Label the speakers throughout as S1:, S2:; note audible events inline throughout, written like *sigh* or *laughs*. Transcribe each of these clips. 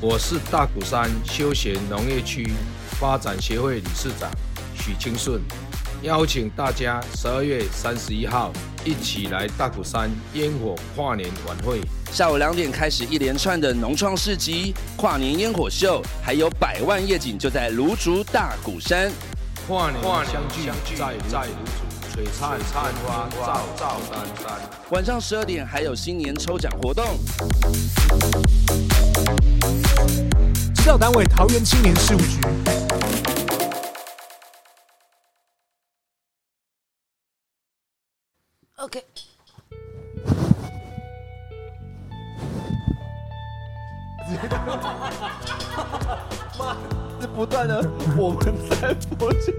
S1: 我是大鼓山休闲农业区发展协会理事长许清顺，邀请大家十二月三十一号一起来大鼓山烟火跨年晚会。
S2: 下午两点开始一连串的农创市集、跨年烟火秀，还有百万夜景就在芦竹大鼓山。
S1: 跨年相聚在在如竹，璀璨灿花照照丹丹。
S2: 晚上十二点还有新年抽奖活动，
S3: 指导单位桃园青年事务局。
S4: *laughs*
S5: OK，
S4: 不断的我们在播酒，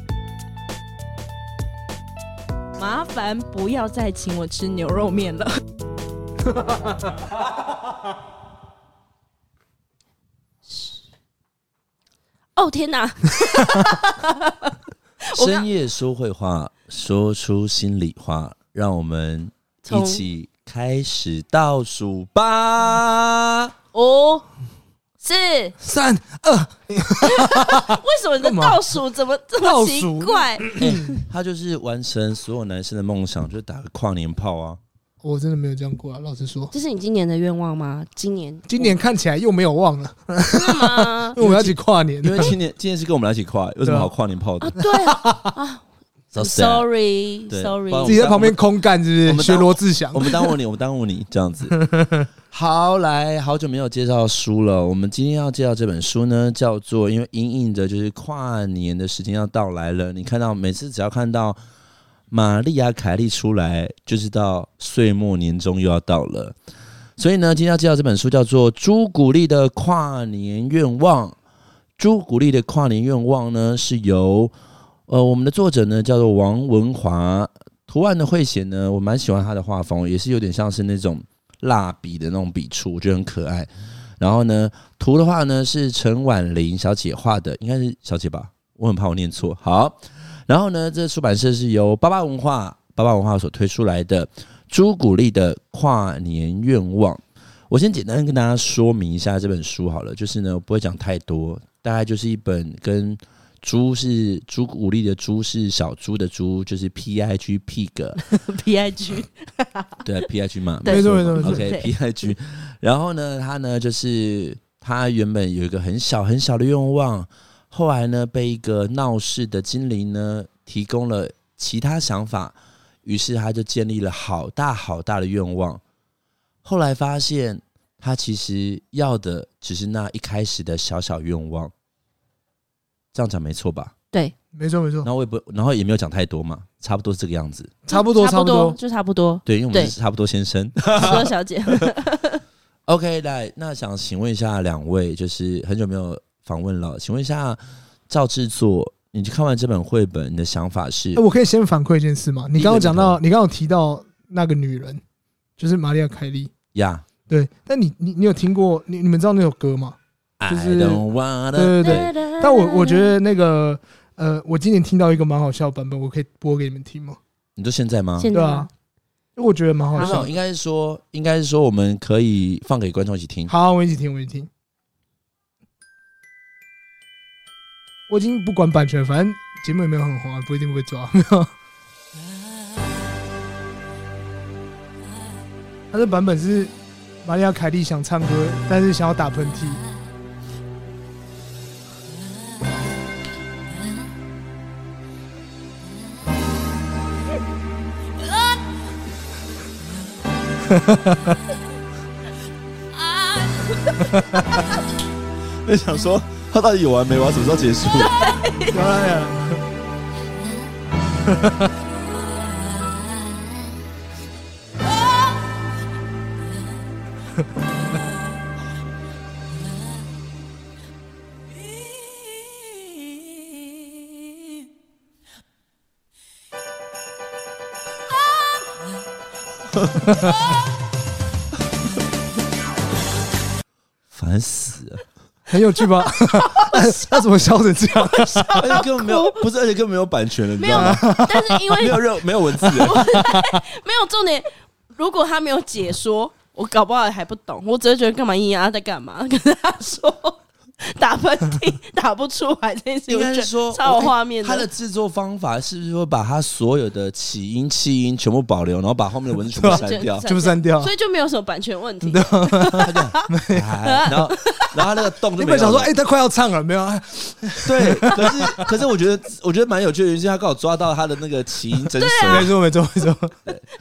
S5: *laughs* 麻烦不要再请我吃牛肉面了。哦天哪！我刚
S6: 深夜说会话，说出心里话，让我们一起开始倒数吧。
S5: 五哦四，为
S3: 三二，
S5: 什么你的
S3: 干嘛
S5: 倒数怎么这么
S3: 倒
S5: 奇
S3: 数
S5: 怪？
S6: 哎他就是完成所有男生的梦想，就是打个跨年炮啊！
S3: 我真的没有这样过啊！老实说，
S5: *laughs* 这是你今年的愿望吗？今年
S3: 今年看起来又没有忘了，
S5: 真的 *laughs* 吗？
S6: 嗯
S3: 因为我们要去跨年。
S6: 因为今年今年是跟我们来一起跨，有什么好跨年炮
S5: 啊，
S6: 的
S5: 对 *laughs* 啊
S6: So sad
S5: ，sorry
S6: 对
S5: sorry，
S6: 帮我
S3: 自己在旁边空干，是
S6: 我
S3: 不
S6: 们
S3: 是？学
S6: 当
S3: 罗志祥
S6: 我，们耽误你，我们耽误你，这样子。好，来，好久没有介绍书了。我们今天要介绍这本书呢，叫做因为隐隐着就是跨年的时间要到来了。你看到每次只要看到玛丽亚凯莉出来，就知道岁末年终又要到了。所以呢，今天要介绍这本书叫做《朱古力的跨年愿望》。朱古力的跨年愿望呢，是由呃我们的作者呢叫做王文华，图案的绘写呢，我蛮喜欢他的画风，也是有点像是那种蜡笔的那种笔触，我觉得很可爱。然后呢，图的话呢是陈婉玲小姐画的，应该是小姐吧，我很怕我念错。好，然后呢，这出版社是由巴巴文化巴巴文化所推出来的《朱古力的跨年愿望》。我先简单跟大家说明一下这本书好了，就是呢，我不会讲太多，大概就是一本跟猪是朱古力的猪是小猪的猪，就是 P I G pig
S5: P I G *laughs*
S6: 对啊 P I G 嘛，
S5: 对
S3: 没错没错
S5: 没错
S6: OK P I G，然后呢，他呢就是他原本有一个很小很小的愿望，后来呢被一个闹事的精灵呢提供了其他想法，于是他就建立了好大好大的愿望。后来发现他其实要的只是那一开始的小小愿望，这样讲没错吧？
S5: 对，
S3: 没错没错
S6: 然，后我也不，然后也没有讲太多嘛，差不多是这个样子。
S3: *laughs* 差不多
S5: 差
S3: 差
S5: 不
S3: 不
S5: 多
S6: 嗯
S3: 多。
S5: 就差不
S3: *laughs*
S5: 多。
S6: 对，因为我
S5: 对
S6: 们是差不多先生。
S5: 说小姐，
S6: OK，来，那想请问一下两位，就是很久没有访问了，请问一下赵制作，你看完这本绘本，你的想法是
S3: 哎，？我可以先反馈一件事吗？你刚刚讲到，
S6: 一
S3: 你刚刚有提到那个女人，就是玛利亚凯莉。
S6: 呀、
S3: 对，但你你你有听过你你们知道那首歌吗？就是
S6: I don't wanna，
S3: 对对对。
S7: 嗯
S5: 但
S3: 但我我觉得那个呃，我今年听到一个蛮好笑的版本，我可以播给你们听吗？
S6: 你说现在吗？
S5: 现
S3: 对
S5: 在
S3: 啊，因为我觉得蛮好
S6: 没
S3: 笑
S6: 有，
S3: 的。
S6: 应该是说，应该是说，我们可以放给观众一起听。
S3: 好，我们一起听，我们一起听。我已经不管版权，反正节目也没有很红啊，不一定会被抓。 *laughs* 没有。他的版本是玛利亚凯莉想唱歌，但是想要打喷嚏。
S6: 我想说，他到底有完没完？什么时候结束？
S3: 哎呀，
S6: 烦死了！
S3: 很有趣吧？ *laughs* 他怎么笑成这
S6: *laughs*
S3: 样？
S6: 而
S3: 哎
S6: 且根本没有，不是，而且根本没有版权了，
S5: *laughs*
S6: 你
S5: 没
S6: 知
S5: 有
S6: 道
S3: 啊
S6: 吗？，
S5: 但是因为
S6: 没有任没有文字，
S5: 没有重点，如果他没有解说，我搞不好还不懂，我只是觉得干嘛咿呀在干嘛，可是他说。打喷嚏打不出来这件事情，
S6: 应
S5: 我
S6: 该
S5: 觉得
S6: 是说哎
S5: 超有画面
S6: 他的制作方法是不是会把他所有的起音、气音全部保留，然后把后面的文字全
S5: 啊
S6: 部删掉？
S3: 全部删掉
S5: 所。以就没有什么版权问
S6: *laughs*
S5: 题。
S6: 哎然后，然后他那个洞就
S3: 原
S6: 没有了
S3: 本想说，哎，他快要唱了，没有？啊
S6: *laughs* 对，可是可是我觉得我觉得蛮有趣的，就是他刚好抓到他的那个起因
S5: *laughs*
S6: 真
S3: 没
S5: 啊
S6: 髓。
S3: 错，没错，没错，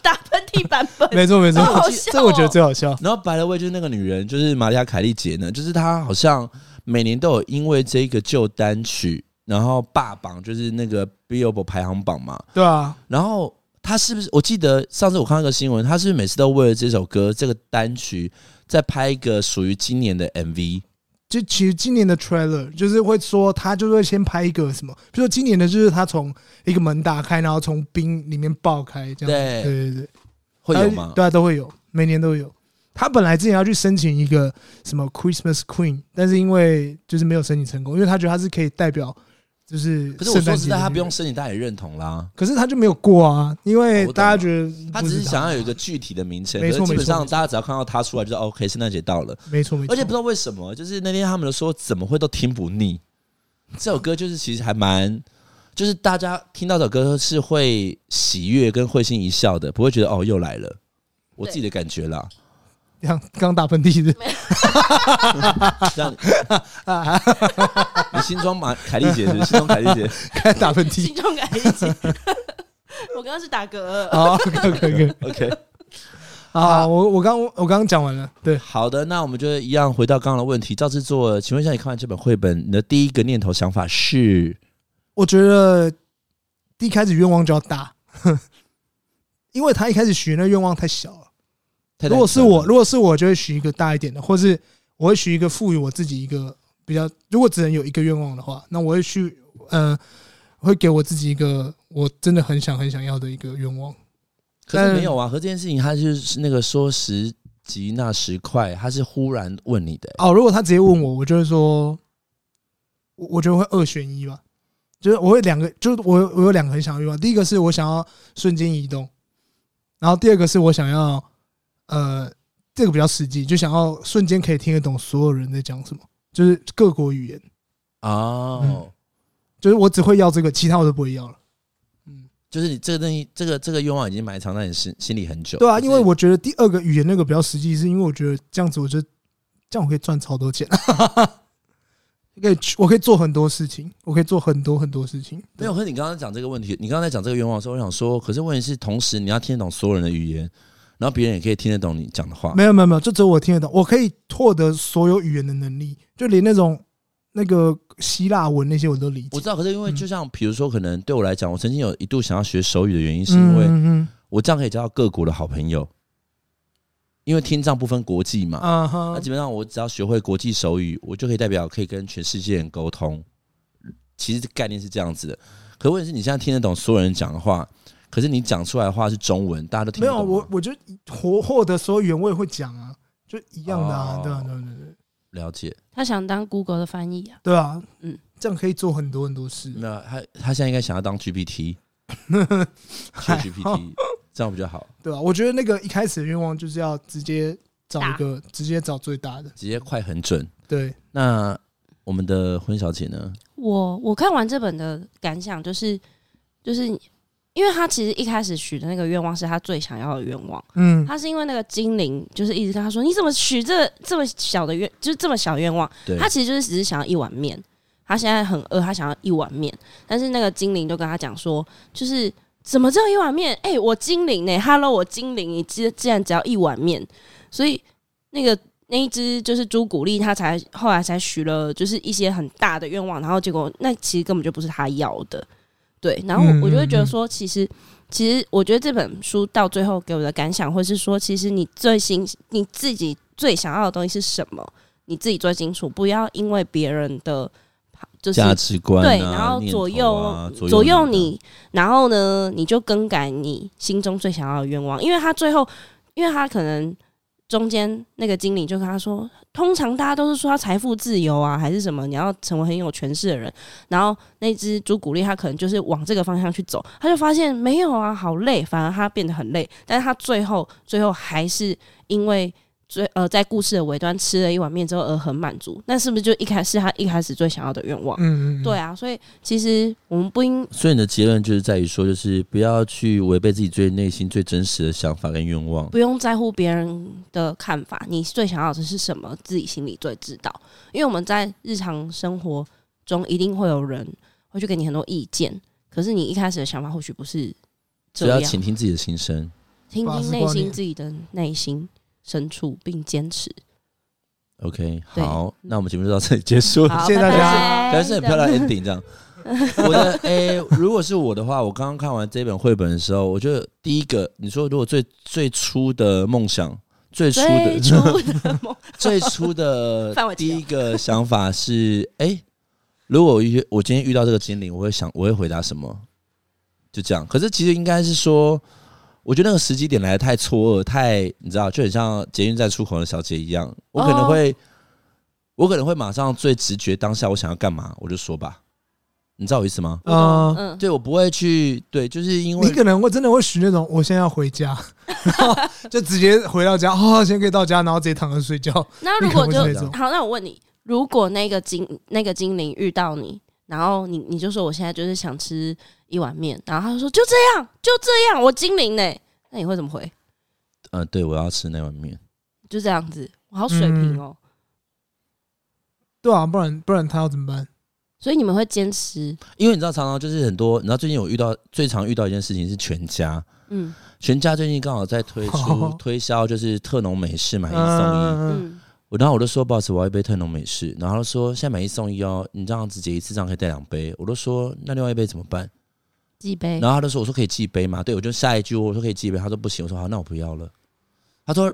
S5: 打喷嚏版
S6: *laughs*
S5: 本，
S3: 没错，没错
S5: 好好。笑哦
S3: 这我觉得最好笑。
S6: 然后白了位就是那个女人，就是玛利亚凯莉姐呢，就是她好像每年都有因为这个旧单曲，然后霸榜，就是那个 Billboard 排行榜嘛。
S3: 对啊，
S6: 然后她是不是？我记得上次我看到一个新闻，她是不是每次都为了这首歌这个单曲，再拍一个属于今年的 MV？
S3: 就其实今年的 trailer 就是会说，他就是会先拍一个什么，比如说今年的就是他从一个门打开，然后从冰里面爆开这样
S6: 对
S3: 子。对对对，
S6: 会有吗
S3: 他？对啊，都会有，每年都有。他本来之前要去申请一个什么 Christmas Queen，但是因为就是没有申请成功，因为他觉得他是可以代表，就是
S6: 可是我
S3: 圣
S6: 说
S3: 诞
S6: 实
S3: 节。
S6: 在，她不用，申请，大家也认同啦。
S3: 可是他就没有过啊，因为
S6: 我懂
S3: 大家觉得
S6: 他
S3: 不
S6: 只是
S3: 知道
S6: 想要有一个具体的名称，可
S3: 没
S6: 是
S3: 错
S6: 基本
S3: 没错
S6: 上
S3: 没错
S6: 大家只要看到他出来，就是哦 OK，圣诞节到了。
S3: 没错没错，
S6: 而且不知道为什么，就是那天他们说怎么会都听不腻，这首歌就是其实还蛮，就是大家听到这首歌是会喜悦跟会心一笑的，不会觉得哦又来了，我
S5: 对
S6: 自己的感觉啦。
S3: 刚 *laughs* 刚打喷嚏的，
S6: 这样，你新装马凯丽姐是不是新装凯丽姐，
S3: 开始打喷嚏
S5: 心。中感一起。 *laughs* 我刚刚是打嗝，
S3: 好，可以可以可以。
S6: OK，
S3: 啊，我我刚我刚刚讲完了，对，
S6: 好的，那我们就一样回到刚刚的问题，赵制作，请问一下，你看完这本绘本，你的第一个念头想法是？
S3: 我觉得第一开始愿望就要大， *laughs* 因为他一开始许那愿望太小了。
S6: 太太
S3: 如果是
S6: 你
S3: 我，
S6: 说
S3: 如果是我，就会许一个大一点的，或是我会许一个赋予我自己一个比较。如果只能有一个愿望的话，那我会去，呃，会给我自己一个我真的很想很想要的一个愿望。
S6: 可是
S3: 但
S6: 没有啊，可是这件事情他就是那个说十集那十块，他是忽然问你的、
S3: 哦，如果他直接问我，我就会说，我我觉得会二选一吧，就是我会两个，就是我我有两个很想要欲望，第一个是我想要瞬间移动，然后第二个是我想要，呃，这个比较实际，就想要瞬间可以听得懂所有人在讲什么，就是各国语言，
S6: 哦，
S3: 嗯就是我只会要这个，其他我都不会要了。
S6: 就是你这个东西，这个这个愿望已经埋藏在你心心里很久。
S3: 对啊，
S6: 可是
S3: 因为我觉得第二个语言那个比较实际，是因为我觉得这样子，我觉得这样我可以赚超多钱， *laughs* 可以去我可以做很多事情，我可以做很多很多事情。
S6: 没有。可是你刚刚讲这个问题，你刚才讲这个愿望的时候，我想说，可是问题是，同时你要听得懂所有人的语言，然后别人也可以听得懂你讲的话。
S3: 没有没有没有，就只有我听得懂，我可以获得所有语言的能力，就连那种那个希腊文那些我都理解。
S6: 我知道，可是因为
S3: 嗯
S6: 就像比如说，可能对我来讲，我曾经有一度想要学手语的原因，是
S3: 嗯
S6: 因为
S3: 嗯
S6: 我这样可以交到各国的好朋友，因为听障不分国际嘛
S3: 嗯。啊
S6: 那
S3: 哈
S6: 基本上我只要学会国际手语，我就可以代表可以跟全世界人沟通。其实这概念是这样子的，可问题是你现在听得懂所有人讲的话，可是你讲出来的话是中文，大家都听
S3: 没
S6: 不
S3: 有
S6: 懂吗。啊
S3: 我我就获获得所有语言我也会讲啊，就一样的啊，
S6: 哦
S3: 对啊对啊对啊对啊
S6: 了解。
S5: 他想当 Google 的翻译啊，
S3: 对啊，嗯
S5: 嗯，
S3: 这样可以做很多很多事。
S6: 那他他现在应该想要当 *laughs* GPT，学
S3: *laughs*
S6: GPT 这样比较好，
S3: 哎对啊，我觉得那个一开始的愿望就是要直接找一个，直接找最大的。
S6: 直接快很准。
S3: 对，
S6: 那我们的婚小姐呢？
S7: 我我看完这本的感想就是，就是因为他其实一开始许的那个愿望是他最想要的愿望，
S3: 嗯，
S7: 他是因为那个精灵就是一直跟他说你怎么许这这么小的愿，就是这么小愿望，
S6: 对，
S7: 他其实就是只是想要一碗面，他现在很饿，他想要一碗面，但是那个精灵就跟他讲说，就是怎么只有一碗面？哎、我精灵呢、h e l l o 我精灵，你竟竟然只要一碗面，所以那个那一只就是朱古力，他才后来才许了就是一些很大的愿望，然后结果那其实根本就不是他要的，对。然后
S3: 嗯
S7: 我就会觉得
S3: 嗯嗯
S7: 说，其实其实我觉得这本书到最后给我的感想，或是说，其实你最心你自己最想要的东西是什么，你自己最清楚，不要因为别人的就是
S6: 价值观啊
S7: 对，然后
S6: 念头
S7: 左右、
S6: 啊左
S7: 左右
S6: 的
S7: 你，然后呢，你就更改你心中最想要的愿望，因为他最后，因为他可能中间那个经理就跟他说，通常大家都是说要财富自由啊，还是什么，你要成为很有权势的人，然后那只朱古力他可能就是往这个方向去走，他就发现没有啊，好累，反而他变得很累，但是他最后最后还是因为。最呃，在故事的尾端吃了一碗面之后而很满足，那是不是就一开始他一开始最想要的愿望？
S3: 嗯嗯，嗯
S7: 对，啊，所以其实我们不应
S6: 所以你的结论就是在于说，就是不要去违背自己最内心最真实的想法跟愿望。
S7: 不用在乎别人的看法，你最想要的是什么，自己心里最知道。因为我们在日常生活中一定会有人会去给你很多意见，可是你一开始的想法或许不是
S6: 只
S7: 这
S6: 要
S7: 样，
S6: 倾听自己的心声。
S7: 听
S3: 把
S7: 听
S3: 持
S7: 内
S3: 观
S7: 心
S3: 念
S7: 自己的内心深处，并坚持。
S6: OK，
S7: 对
S6: 好，那我们节目就到这里结束了。
S7: 好，哎
S3: 谢谢
S7: 拜
S3: 大家
S7: 拜
S6: *laughs* 但是很漂亮的 ending 这样。我的 *laughs* 诶、如果是我的话，我刚刚看完这本绘本的时候，我觉得第一个，你说如果最最初的梦想，最初
S7: 最
S6: 的 *laughs*
S7: 初的梦， *laughs*
S6: 最初的
S7: 范玮琪
S6: 第
S7: 哦
S6: 一个想法是，哎、如果我遇我今天遇到这个精灵，我会想我会回答什么？就这样。可是其实应该是说，我觉得那个时机点来的太错愕，太你知道，就很像捷运站出口的小姐一样，我可能会，我可能会马上最直觉当下我想要干嘛，我就说吧，你知道我意思吗？
S3: 啊，
S7: 嗯，
S6: 对，我不会去对，就是因为
S3: 你可能会真的会许那种，我现在要回
S6: *laughs*
S3: 家，然后就直接回到家，哦，现在可以到家，然后直接躺着睡觉，
S7: 那
S3: *laughs*
S7: 如果
S3: 你
S7: 就
S3: 可能会是那种
S7: 好，那我问你，如果那个精那个精灵遇到你，然后你你就说我现在就是想吃一碗面，然后他就说就这样，就这样，我精灵呢、那你会怎么回？
S6: 嗯、对我要吃那碗面，
S7: 就这样子，我好水
S3: 嗯
S7: 平哦。
S3: 对啊，不然不然他要怎么办？
S7: 所以你们会坚持，
S6: 因为你知道常常就是很多，你知道最近我遇到最常遇到一件事情是全家，
S7: 嗯
S6: 全家最近刚好在推出
S3: *laughs* 哦
S6: 推销，就是特浓美式买一送一。
S3: 嗯，
S7: 嗯，
S6: 我然后我就说，不好意思，我要一杯特浓美式。然后他说，现在买一送一哦，你这样子结一次账可以带两杯。我都说，那另外一杯怎么办？
S7: 几
S3: 哎
S7: 杯
S6: 然后他就说，我说可以寄杯吗？对，我就下一句我说可以寄杯，他说不行，我说好，那我不要了。他说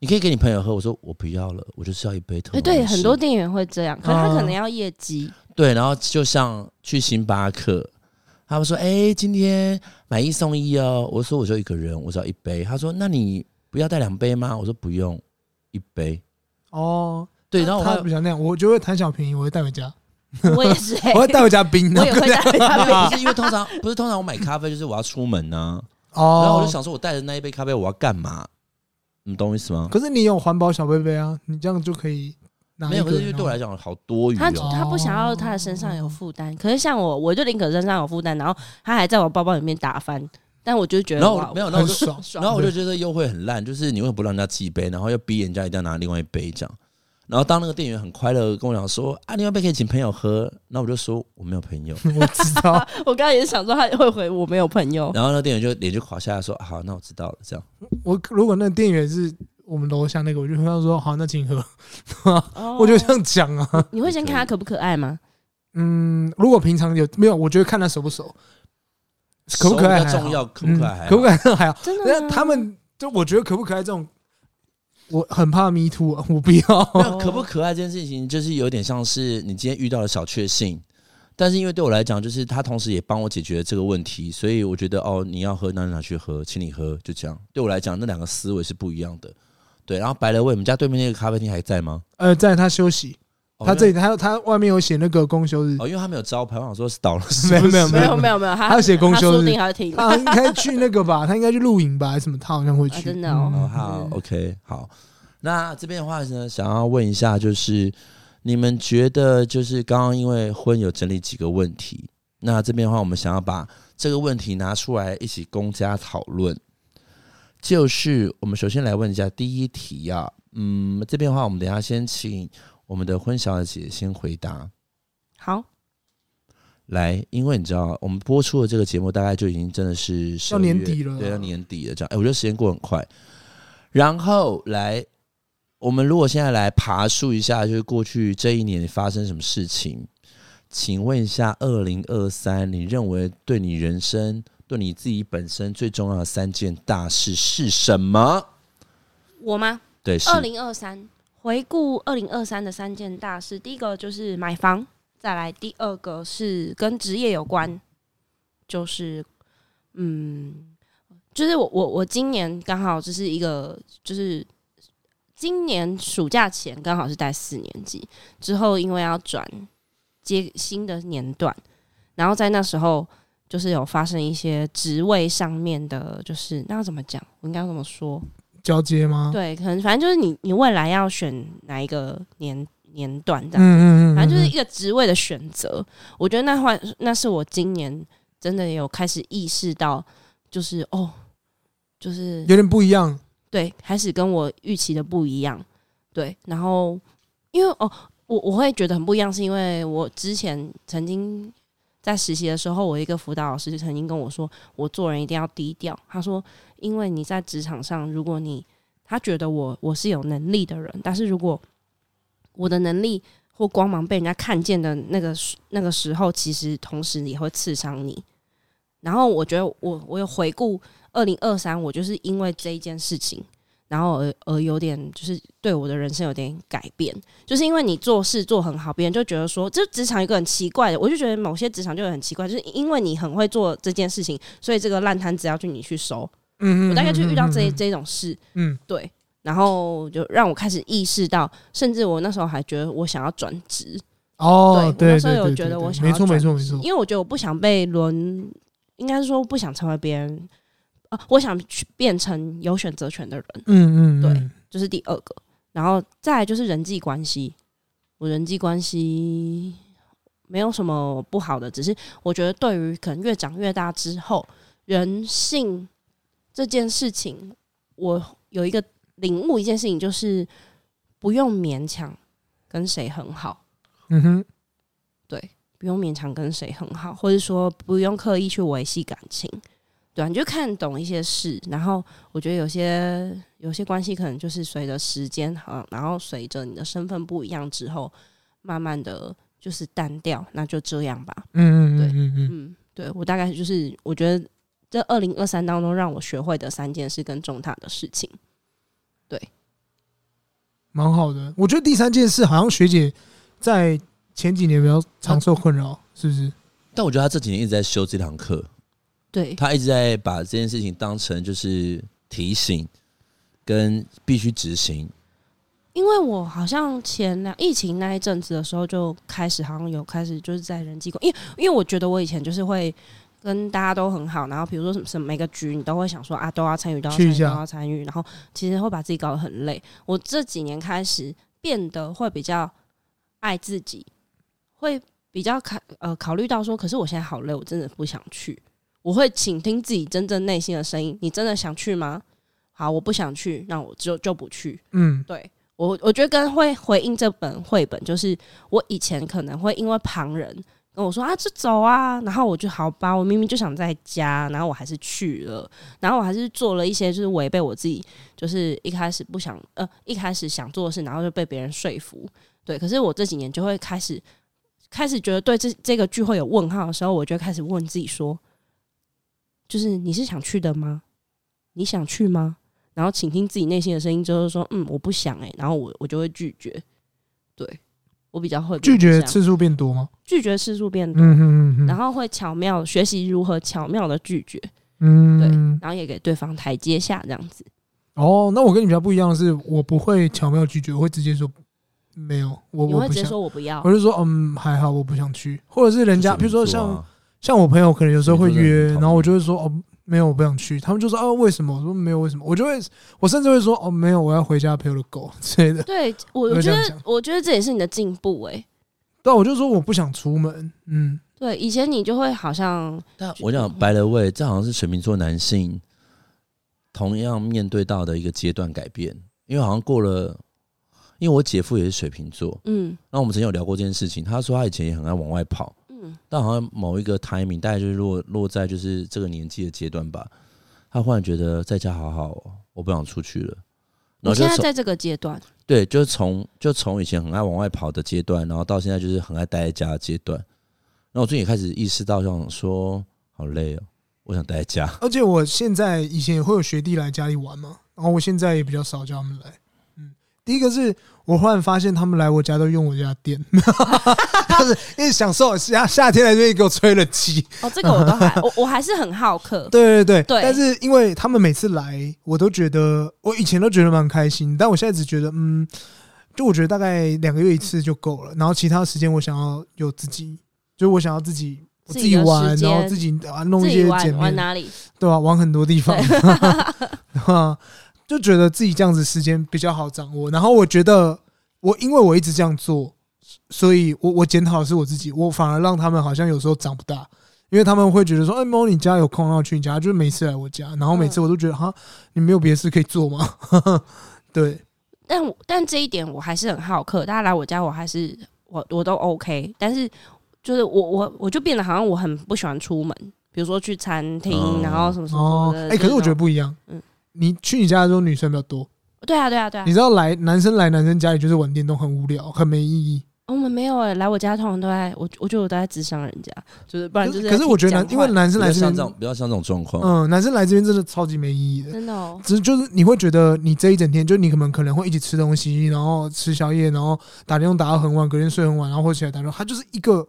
S6: 你可以给你朋友喝，我说我不要了，我就是要一杯特
S7: 哎，
S6: 浓美式。
S7: 对，很多店员会这样，可是他
S3: 哦
S7: 可能要业绩，
S6: 对，然后就像去星巴克，他们说：“哎、今天买一送一哦。”我说：“我就一个人，我只要一杯。”他说：“那你不要带两杯吗？”我说：“不用，一杯。
S3: 哦，”
S6: 对，然后我还
S3: 他不想那样，我就会贪小便宜，我会带回家，
S7: 我也是、
S3: *laughs*
S7: 欸
S3: 我会带回
S6: *laughs*
S3: 家冰，
S7: 我也会带回家
S6: 不
S7: 杯。
S6: 是因为通常不是通常我买咖啡就是我要出门呐、
S3: *laughs* 哦，
S6: 然后我就想说我带着那一杯咖啡我要干嘛？你懂我意思吗？
S3: 可是你有环保小贝贝啊，你这样就可以拿
S6: 没
S3: 啊一
S6: 有，
S3: 个哦
S6: 可是因为对我来讲好多余
S7: 他
S6: 哦。
S7: 他不想要他的身上有负担，可是像我，我就宁可身上有负担，然后他还在我包包里面打翻，但我就觉得
S6: 然后
S7: 哇
S6: 没有，然后
S3: 很
S6: 我就
S3: 爽，
S7: 爽
S6: 然后我就觉得优惠很烂，就是你为什么不让人家寄杯，然后又逼人家一定要拿另外一杯这样。然后当那个店员很快乐地跟我讲说啊，另外一杯可以请朋友喝，那我就说我没有朋友。
S3: *laughs* 我知道，
S7: *laughs* 我刚刚也是想说他会回我没有朋友，
S6: 然后那个店员就脸就垮下来说、啊好，那我知道了这样。
S3: 我如果那店员是我们楼下那个，我就跟他说好，那请喝，
S6: 哦
S3: 我就
S7: 得
S3: 这样讲啊。
S7: 哦 *laughs* 你会先看他可不可爱吗？
S3: 嗯，如果平常有没有，我觉得看他熟不熟，可不可爱
S6: 熟比
S3: 还
S6: 较
S3: 好
S6: 重要，可不可爱还好、
S3: 嗯可不可爱还好。
S7: 真的
S3: 那
S7: 吗？
S3: 他们就我觉得可不可爱这种，我很怕 me too，啊我不
S6: 没
S3: 要。
S6: 有可不可爱这件事情，就是有点像是你今天遇到的小确幸。但是因为对我来讲，就是他同时也帮我解决了这个问题，所以我觉得哦，你要喝那就拿去喝，请你喝，就这样。对我来讲，那两个思维是不一样的。对，然后白了味，我们家对面那个咖啡厅还在吗？
S3: 呃，在他休息，
S6: 哦
S3: 他
S6: 因
S3: 这
S6: 为
S3: 里他他外面有写那个公休日，
S6: 哦，因为他没有招牌，我想说是倒了是
S3: *laughs* 没有
S6: 不是
S3: 没有没
S7: 没有没有没有，
S3: 他
S7: 他
S3: 要写公
S7: 他
S3: 休
S7: 说不
S3: 日
S7: 定还会听。
S3: 他应该去那个吧，他应该去露营吧，还是什么？他好像会
S7: 啊
S3: 去。
S7: 真的哦
S6: 哦，
S3: 嗯
S6: 好，OK，好。那这边的话呢，想要问一下，就是你们觉得，就是刚刚因为婚有整理几个问题，那这边的话，我们想要把这个问题拿出来一起公家讨论。就是我们首先来问一下第一题啊，嗯，这边的话，我们等一下先请我们的婚小姐先回答。
S7: 好，
S6: 来，因为你知道，我们播出的这个节目大概就已经真的是12
S3: 要年
S6: 月
S3: 底了
S6: 对，要年底了这样。哎、我觉得时间过很快。然后来，我们如果现在来爬树一下，就是过去这一年发生什么事情？请问一下，二零二三，你认为对你人生、对你自己本身最重要的三件大事是什么？
S7: 我吗？
S6: 对，是
S7: 二零二三，回顾二零二三的三件大事，第一个就是买房，再来第二个是跟职业有关，就是嗯，就是我我我今年刚好就是一个就是。今年暑假前刚好是带四年级，之后因为要转接新的年段，然后在那时候就是有发生一些职位上面的，就是那要怎么讲？我应该要怎么说？
S3: 交接吗？
S7: 对，啊可能反正就是你你未来要选哪一个年年段这
S3: 嗯，
S7: 样，
S3: 嗯嗯嗯，
S7: 反正就是一个职位的选择。我觉得那换那是我今年真的有开始意识到，就是哦，就是
S3: 有点不一样。
S7: 对，开始跟我预期的不一样。对，然后因为哦，我我会觉得很不一样，是因为我之前曾经在实习的时候，我一个辅导老师就曾经跟我说，我做人一定要低调。他说，因为你在职场上，如果你他觉得我我是有能力的人，但是如果我的能力或光芒被人家看见的那个时那个时候，其实同时也会刺伤你。然后我觉得我我有回顾二零二三，我就是因为这一件事情，然后而而有点就是对我的人生有点改变，就是因为你做事做很好，别人就觉得说这职场有一个很奇怪的，我就觉得某些职场就很奇怪，就是因为你很会做这件事情，所以这个烂摊子要去你去收。
S3: 嗯，嗯
S7: 我大概就遇到这
S3: 嗯嗯
S7: 这种事，
S3: 嗯，
S7: 对，然后就让我开始意识到，甚至我那时候还觉得我想要转职，
S3: 哦，
S7: 对我
S3: 对
S7: 那时候
S3: 对
S7: 有
S3: 对
S7: 觉
S3: 对
S7: 得
S3: 对
S7: 我想
S3: 没
S7: 要
S3: 错没
S7: 转
S3: 错没错，
S7: 因为我觉得我不想被轮，应该是说不想成为别人，呃，我想去变成有选择权的人，
S3: 嗯嗯，
S7: 对
S3: 嗯
S7: 这、是第二个。然后再来就是人际关系，我人际关系没有什么不好的，只是我觉得对于可能越长越大之后，人性这件事情，我有一个领悟，一件事情就是不用勉强跟谁很好。
S3: 嗯哼，
S7: 对，不用勉强跟谁很好，或者说不用刻意去维系感情，对啊，你就看懂一些事，然后我觉得有些有些关系可能就是随着时间，好，然后随着你的身份不一样之后，慢慢的就是淡掉，那就这样吧。
S3: 嗯嗯
S7: 对
S3: 嗯嗯嗯，
S7: 嗯，对我大概就是我觉得这二零二三当中让我学会的三件事跟重大的事情，
S3: 蛮好的。我觉得第三件事好像学姐在前几年比较常受困扰，是不是？
S6: 但我觉得他这几年一直在修这堂课，
S7: 对，
S6: 他一直在把这件事情当成就是提醒跟必须执行。
S7: 因为我好像前两疫情那一阵子的时候就开始，好像有开始就是在人际关，因为因为我觉得我以前就是会跟大家都很好，然后比如说什么什么每个局你都会想说啊都要参与，都要参
S3: 去一
S7: 与，都
S3: 下
S7: 要参与，然后其实会把自己搞得很累。我这几年开始变得会比较爱自己，会比较考呃考虑到说，可是我现在好累，我真的不想去。我会倾听自己真正内心的声音，你真的想去吗？好，我不想去，那我就就不去。
S3: 嗯
S7: 对我，我觉得跟会回应这本绘本，就是我以前可能会因为旁人跟我说啊，就走啊，然后我就好吧，我明明就想在家，然后我还是去了，然后我还是做了一些就是违背我自己，就是一开始不想呃一开始想做的事，然后就被别人说服。对，可是我这几年就会开始开始觉得对这这个聚会有问号的时候，我就开始问自己说，就是你是想去的吗？你想去吗？然后倾听自己内心的声音，就是说，嗯，我不想哎、欸然后我我就会拒绝。对我比较会
S3: 拒
S7: 变
S3: 绝
S7: 成这样
S3: 次数变多吗？
S7: 拒绝次数变多，
S3: 嗯嗯嗯，
S7: 然后会巧妙学习如何巧妙的拒绝，对
S3: 嗯，
S7: 然后也给对方台阶下这样子。
S3: 哦，那我跟你比较不一样的是，我不会巧妙拒绝，我会直接说没有，我
S7: 你
S3: 我
S7: 会
S3: 不
S7: 直接
S3: 想，
S7: 说我不要
S3: 我，就说嗯还好，我不想去，或者是人家比如说
S6: 就是
S3: 像
S6: 我啊
S3: 像我朋友可能有时候会
S6: 所以就
S3: 约
S6: 是很讨，厌
S3: 然后我就会说哦没有我不想去，他们就说哦为什么？我说没有为什么，我就会我甚至会说哦没有我要回家陪我的狗之类的，
S7: 对我
S3: 我
S7: 我
S3: 会
S7: 觉
S3: 这样
S7: 得
S3: 讲
S7: 我觉得这也是你的进步哎、
S3: 但啊我就说我不想出门，嗯
S7: 对，以前你就会好像
S6: 但我想
S7: 嗯
S6: 白了位，这好像是水瓶座男性同样面对到的一个阶段改变，因为好像过了，因为我姐夫也是水瓶座，
S7: 嗯
S6: 那我们曾经有聊过这件事情，他说他以前也很爱往外跑，
S7: 嗯
S5: 嗯
S6: 但好像某一个 timing，大概就是落落在就是这个年纪的阶段吧。他忽然觉得在家好好、哦，我不想出去了。然
S7: 我
S6: 后就
S7: 现在
S6: 从
S7: 在这个阶段，
S6: 对，就从就从以前很爱往外跑的阶段，然后到现在就是很爱待在家的阶段。然后我最近也开始意识到，想说好累哦，我想待在家。
S3: 而且我现在以前也会有学弟来家里玩嘛，然后我现在也比较少叫他们来。嗯，第一个是我忽然发现他们来我家都用我家的电， *laughs* 就是因为享受夏夏天来这边给我吹冷气。
S7: 哦，这个我都
S3: *laughs*
S7: 还，我我还是很好客。
S3: 对对对
S7: 对
S3: 但是因为他们每次来，我都觉得我以前都觉得蛮开心，但我现在只觉得嗯，就我觉得大概两个月一次就够了，然后其他时间我想要有自己，就是我想要自己。我
S7: 自
S3: 自
S7: 己
S3: 己
S7: 的
S3: 玩，
S7: 时间
S3: 然后自己啊弄
S7: 自
S3: 一
S7: 己
S3: 些
S7: 玩
S3: 剪
S7: 玩
S3: 面，
S7: 哪里？
S3: 对吧、往很多地方， *laughs* 对吧？就觉得自己这样子时间比较好掌握。然后我觉得我因为我一直这样做，所以我我检讨的是我自己，我反而让他们好像有时候长不大，因为他们会觉得说，哎、猫你家有空，让我去你家，就是每次来我家，然后每
S7: 嗯
S3: 次我都觉得哈、你没有别的事可以做吗？ *laughs* 对，
S7: 但我但这一点我还是很好客，大家来我家我还是我我都 OK，但是就是我我我就变得好像我很不喜欢出门，比如说去餐厅，
S6: 嗯
S7: 然后什么什么
S3: 哦，
S7: 什么
S3: 哎、
S7: 的。
S3: 可是我觉得
S7: 那种
S3: 不一样，
S7: 嗯
S3: 你去你家的时候女生比较多，
S7: 对啊对啊对啊
S3: 你，知道来男生来男生家里就是玩电动很无聊，很没意义。
S7: 我们没有哎、来我家通常都在我我觉得我都在智商人家，就是不然就是在
S3: 可是我觉得男，因
S7: 听讲
S3: 为
S7: 话
S3: 男
S6: 不
S3: 生
S6: 要
S3: 来这
S6: 像这
S3: 边
S6: 种，不要像这种状况。
S3: 嗯，男生来这边真的超级没意义的。
S7: 真
S3: *laughs*
S7: 的哦，
S3: 只是就是你会觉得你这一整天，就你可能可能会一起吃东西，然后吃宵夜，然后打电话打到很晚，隔天睡很晚，然后或起来打电话，它就是一个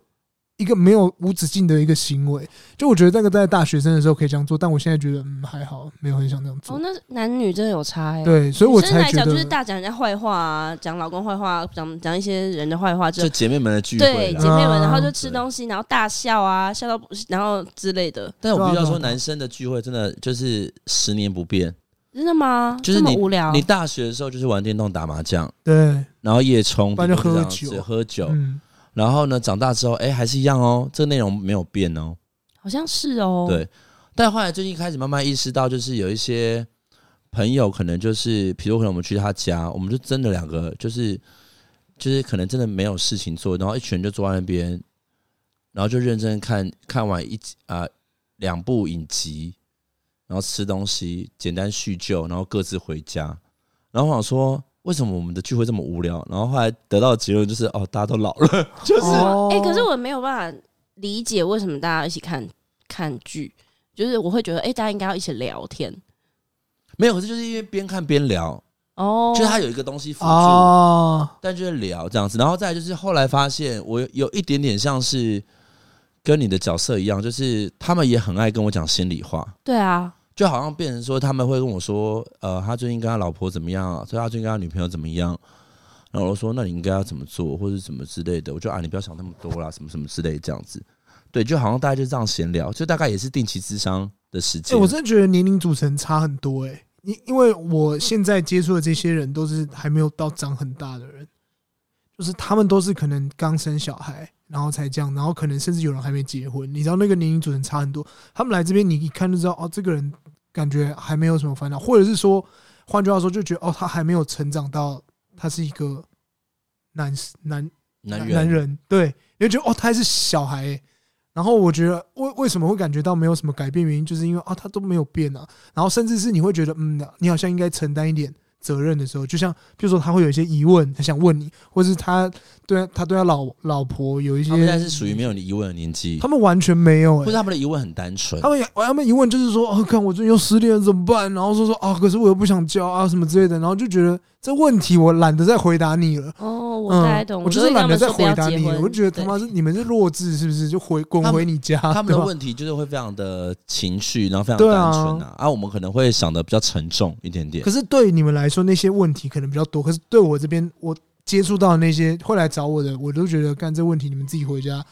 S3: 一个没有无止境的一个行为。就我觉得那个在大学生的时候可以这样做，但我现在觉得嗯还好，没有很想这样
S7: 哦
S3: 做。
S7: 那男女真的有差哎、欸。
S3: 对，所以我
S7: 女生
S3: 才
S7: 来
S3: 觉
S7: 讲就是
S3: 得
S7: 大讲人家坏话啊，讲老公坏话、啊，讲讲一些人的坏话之类
S6: 就姐妹们的聚会
S7: 对
S6: 啦
S7: 姐妹们，
S3: 啊
S7: 然后就吃东西，然后大笑啊，笑到不，然后之类的，
S6: 但我必须要
S3: 对
S6: 说，
S3: 啊对啊
S6: 男生的聚会真的就是十年不变。
S7: 真的吗？
S6: 就是
S7: 这么无聊
S6: 你，大学的时候就是玩电动、打麻将，
S3: 对，
S6: 然后夜冲，
S3: 不然就喝
S6: 顶多这
S3: 酒
S6: 样子喝酒。
S3: 嗯，
S6: 然后呢，长大之后，哎，还是一样哦，这个内容没有变哦。
S7: 好像是哦。
S6: 对但后来最近开始慢慢意识到，就是有一些朋友可能就是，比如可能我们去他家，我们就真的两个就是就是可能真的没有事情做，然后一群人就坐在那边，然后就认真看看完一集啊两、部影集，然后吃东西，简单叙旧，然后各自回家。然后我想说，为什么我们的聚会这么无聊？然后后来得到的结论就是，哦，大家都老了。 *laughs*
S3: 就是哦
S7: 哎、可是我没有办法理解为什么大家一起看看剧，就是我会觉得，哎、大家应该要一起聊天
S6: 没有，可是就是因为边看边聊，
S7: 哦。
S6: 就是他有一个东西辅助。
S3: 哦，
S6: 但就是聊这样子，然后再来就是后来发现我有有一点点像是跟你的角色一样，就是他们也很爱跟我讲心里话，
S7: 对啊，
S6: 就好像变成说他们会跟我说，呃，他最近跟他老婆怎么样，所以他最近跟他女朋友怎么样，然后我就说那你应该要怎么做，或者怎么之类的，我就啊你不要想那么多啦，什么什么之类这样子，对，就好像大家就这样闲聊，就大概也是定期智商的时
S3: 哎、
S6: 间，
S3: 我真的觉得年龄组成差很多哎、因因为我现在接触的这些人都是还没有到长很大的人，就是他们都是可能刚生小孩，然后才这样，然后可能甚至有人还没结婚，你知道那个年龄组成差很多。他们来这边，你一看就知道哦，这个人感觉还没有什么烦恼，或者是说，换句话说，就觉得哦，他还没有成长到他是一个男男
S6: 男人
S3: 男人，对，你就觉得哦，他还是小孩欸、然后我觉得为为什么会感觉到没有什么改变，原因就是因为啊，他都没有变啊。然后甚至是你会觉得，嗯，你好像应该承担一点责任的时候，就像比如说他会有一些疑问，他想问你，或是他对他对他老老婆有一些，
S6: 他们现在是属于没有疑问的年纪
S3: 他，们完全没有、
S6: 或
S3: 欸
S6: 者，他们的疑问很单纯
S3: 他，们他们一问就是说，哦，看我最近又失恋了怎么办？然后说说啊，可是我又不想交啊什么之类的，然后就觉得这问题我懒得再回答你了。
S7: 哦，我
S3: 嗯，
S7: 大概懂，
S3: 我就
S7: 就是跟他
S3: 懒得
S7: 们
S3: 再
S7: 说不
S3: 回
S7: 要
S3: 答
S7: 结
S3: 你
S7: 婚
S3: 了，，我就觉得他妈是你们是弱智是不是？就回滚
S6: 他们
S3: 回你家，
S6: 他们的
S3: 对吧
S6: 问题就是会非常的情绪，然后非常
S3: 对
S6: 单
S3: 啊
S6: 纯啊。啊，我们可能会想的比较沉重一点点
S3: 可。是对你们来说那些问题可能比较多，可是对我这边我接触到的那些会来找我的，我都觉得干这问题你们自己回家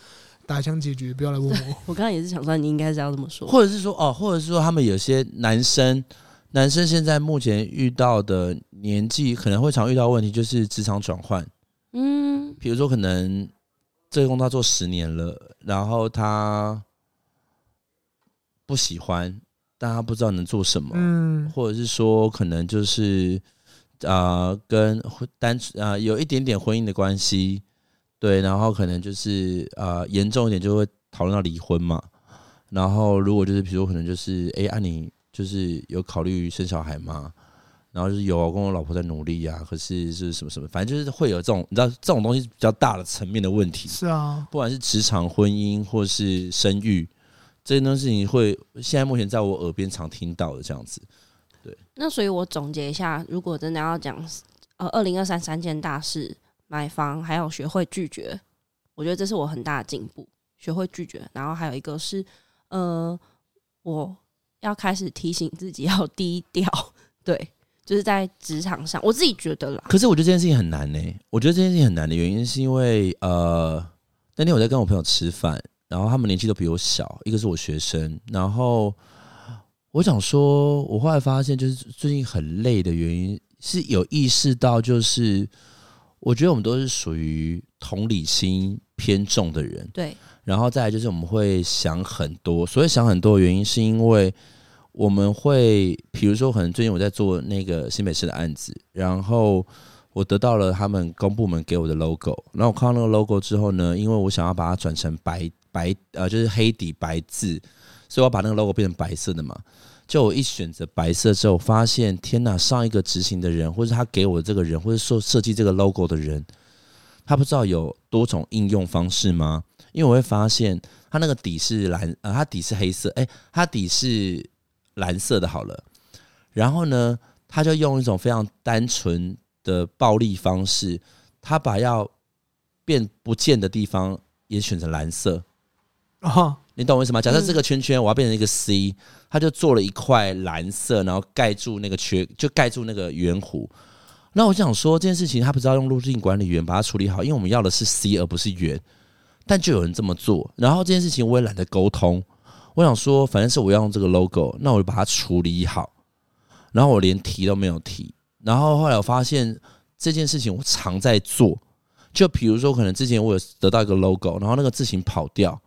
S3: 打枪解决，不要来
S6: *laughs*
S3: 问我。
S7: 我刚刚也是想说，你应该是要这么说。
S6: 或者是说，哦，或者是说，他们有些男生，男生现在目前遇到的年纪可能会常遇到问题，就是职场转换。
S7: 嗯，
S6: 比如说，可能这个工作做十年了，然后他不喜欢，但他不知道能做什么。
S3: 嗯，
S6: 或者是说可能就是啊、呃跟婚单啊、呃有一点点婚姻的关系，对，然后可能就是呃严重一点就会讨论到离婚嘛。然后如果就是比如说可能就是哎，啊你就是有考虑生小孩吗？然后就是有啊，我跟我老婆在努力啊，可是是什么什么，反正就是会有这种，你知道这种东西是比较大的层面的问题，
S3: 是啊，
S6: 不管是职场、婚姻或是生育这些东西，你会现在目前在我耳边常听到的这样子。
S7: 那所以，我总结一下，如果真的要讲，呃，二零二三三件大事，买房还有学会拒绝，我觉得这是我很大的进步，学会拒绝。然后还有一个是，呃，我要开始提醒自己要低调， *laughs* 对，就是在职场上，我自己觉得啦，
S6: 可是我觉得这件事情很难呢、我觉得这件事情很难的原因是因为呃，那天我在跟我朋友吃饭，然后他们年纪都比我小，一个是我学生，然后我想说，我后来发现就是最近很累的原因是有意识到，就是我觉得我们都是属于同理心偏重的人，
S7: 对，
S6: 然后再来就是我们会想很多，所谓想很多的原因是因为我们会，比如说可能最近我在做那个新北市的案子，然后我得到了他们公部门给我的 logo，然后我看到那个 logo 之后呢，因为我想要把它转成白白呃就是黑底白字，所以我要把那个 logo 变成白色的嘛。就我一选择白色之后，我发现天哪，上一个执行的人，或是他给我的这个人，或者说设计这个 logo 的人，他不知道有多种应用方式吗？因为我会发现它那个底是蓝，呃，它底是黑色，哎、它底是蓝色的，好了。然后呢，他就用一种非常单纯的暴力方式，他把要变不见的地方也选成蓝色，
S3: 啊，
S6: 你懂我意思吗？假设这个圈圈我要变成一个 C，、他就做了一块蓝色，然后盖住那个缺，就盖住那个圆弧。那我想说这件事情，他不知道用路径管理员把它处理好，因为我们要的是 C 而不是圆，但就有人这么做。然后这件事情我也懒得沟通，我想说反正是我要用这个 logo，那我就把它处理好。然后我连提都没有提。然后后来我发现这件事情我常在做，就比如说可能之前我有得到一个 logo，然后那个字型跑掉，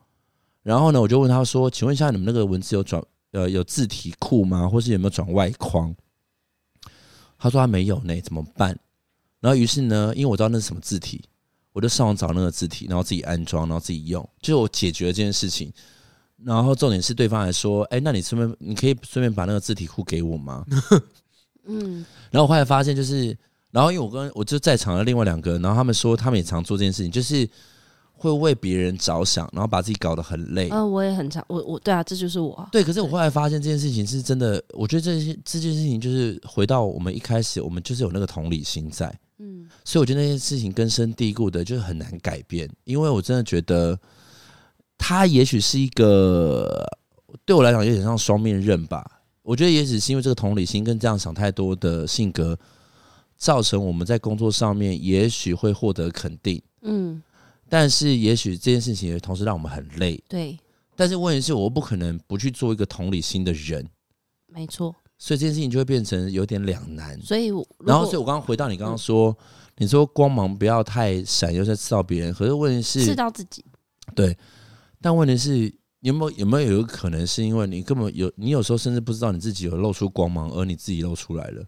S6: 然后呢，我就问他说：“请问一下，你们那个文字有转呃有字体库吗？或是有没有转外框？”他说他没有呢，怎么办？然后于是呢，因为我知道那是什么字体，我就上网找那个字体，然后自己安装，然后自己用，就是我解决了这件事情。然后重点是对方还说：“哎、那你顺便你可以顺便把那个字体库给我吗？”
S7: 嗯，
S6: 然后我后来发现，就是，然后因为我跟我就在场的另外两个，然后他们说他们也常做这件事情，就是会为别人着想，然后把自己搞得很
S3: 哎
S6: 累。
S7: 呃，我也很常，我我对啊，这就是我，
S6: 对，可是我后来发现这件事情是真的，我觉得这些这件事情就是回到我们一开始，我们就是有那个同理心在，
S7: 嗯，
S6: 所以我觉得那件事情根深蒂固的，就是很难改变。因为我真的觉得，他也许是一个对我来讲有点像双面刃吧。我觉得也许是因为这个同理心跟这样想太多的性格，造成我们在工作上面也许会获得肯定，
S7: 嗯，
S6: 但是也许这件事情也同时让我们很累。
S7: 对，
S6: 但是问题是，我不可能不去做一个同理心的人，
S7: 没错，
S6: 所以这件事情就会变成有点两
S3: 嗯
S6: 难。
S7: 所以我如
S6: 然后，
S7: 果嗯
S6: 所以我刚刚回到你刚刚说，你说光芒不要太闪，又在刺到别人。可是问题
S7: 刺
S6: 是，
S7: 到自己，
S6: 但问题是，有没有有没有有一个可能是因为你根本有，你有时候甚至不知道你自己有露出光芒，而你自己露出来了。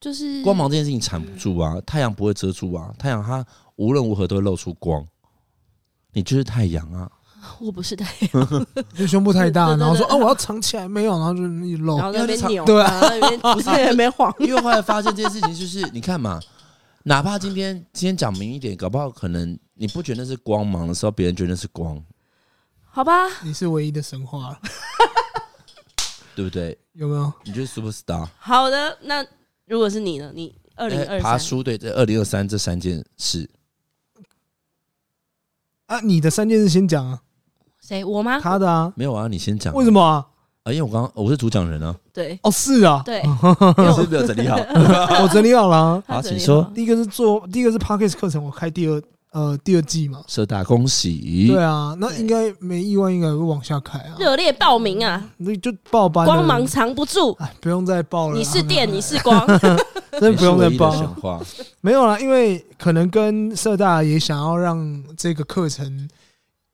S7: 就是
S6: 光芒这件事情缠不住啊，太阳不会遮住啊，太阳它无论如何都会露出光。你就是太阳啊，
S7: 我不是太
S3: 就胸部太大，
S7: 对对对
S3: 然后说啊我要藏起来，没有，然后就一露
S7: 然，后在那边扭，
S3: 对啊
S7: 然后在那
S3: *laughs*
S7: 边不是在那边晃，
S6: 因为后来发现这件事情，就是你看嘛，哪怕今天今天讲明一点，搞不好可能你不觉得那是光芒的时候，别人觉得那是光，
S7: 好吧，
S3: 你是唯一的神话了，
S6: 对不对？
S3: 有没有？
S6: 你就是 super star。
S7: 好的，那如果是你呢？你二零
S6: 哎
S7: 二
S6: 爬
S7: 三，
S6: 书对，这二零二三这三件事，
S3: 啊，你的三件事先讲啊，
S7: 谁我吗？
S3: 他的啊，
S6: 没有啊？你先讲。
S3: 为什么啊？
S6: 啊？因为我刚刚我是主讲人
S3: *laughs*
S6: 啊，
S7: 对
S3: 哦，是啊， *laughs*
S7: 对，
S6: 你是不是没有整理好？
S3: 我整理好了啊。
S7: 他
S6: 好
S7: 整理
S6: 请说
S7: 好
S3: 第一个是做，第一个是 Parkes 课程，我开第二呃第二季嘛。
S6: 社大恭喜
S3: 对，啊，那应该没意外，应该会往下开啊。
S7: 热烈报名啊，
S3: 那就报班了
S5: 光芒，藏不住，
S3: 哎，不用再嗯报了啦。
S5: 你是电，你是光，
S3: *laughs* 真的不用再
S6: 你是唯一
S3: 报
S6: 的。神话。
S3: 没有啦，因为可能跟社大也想要让这个课程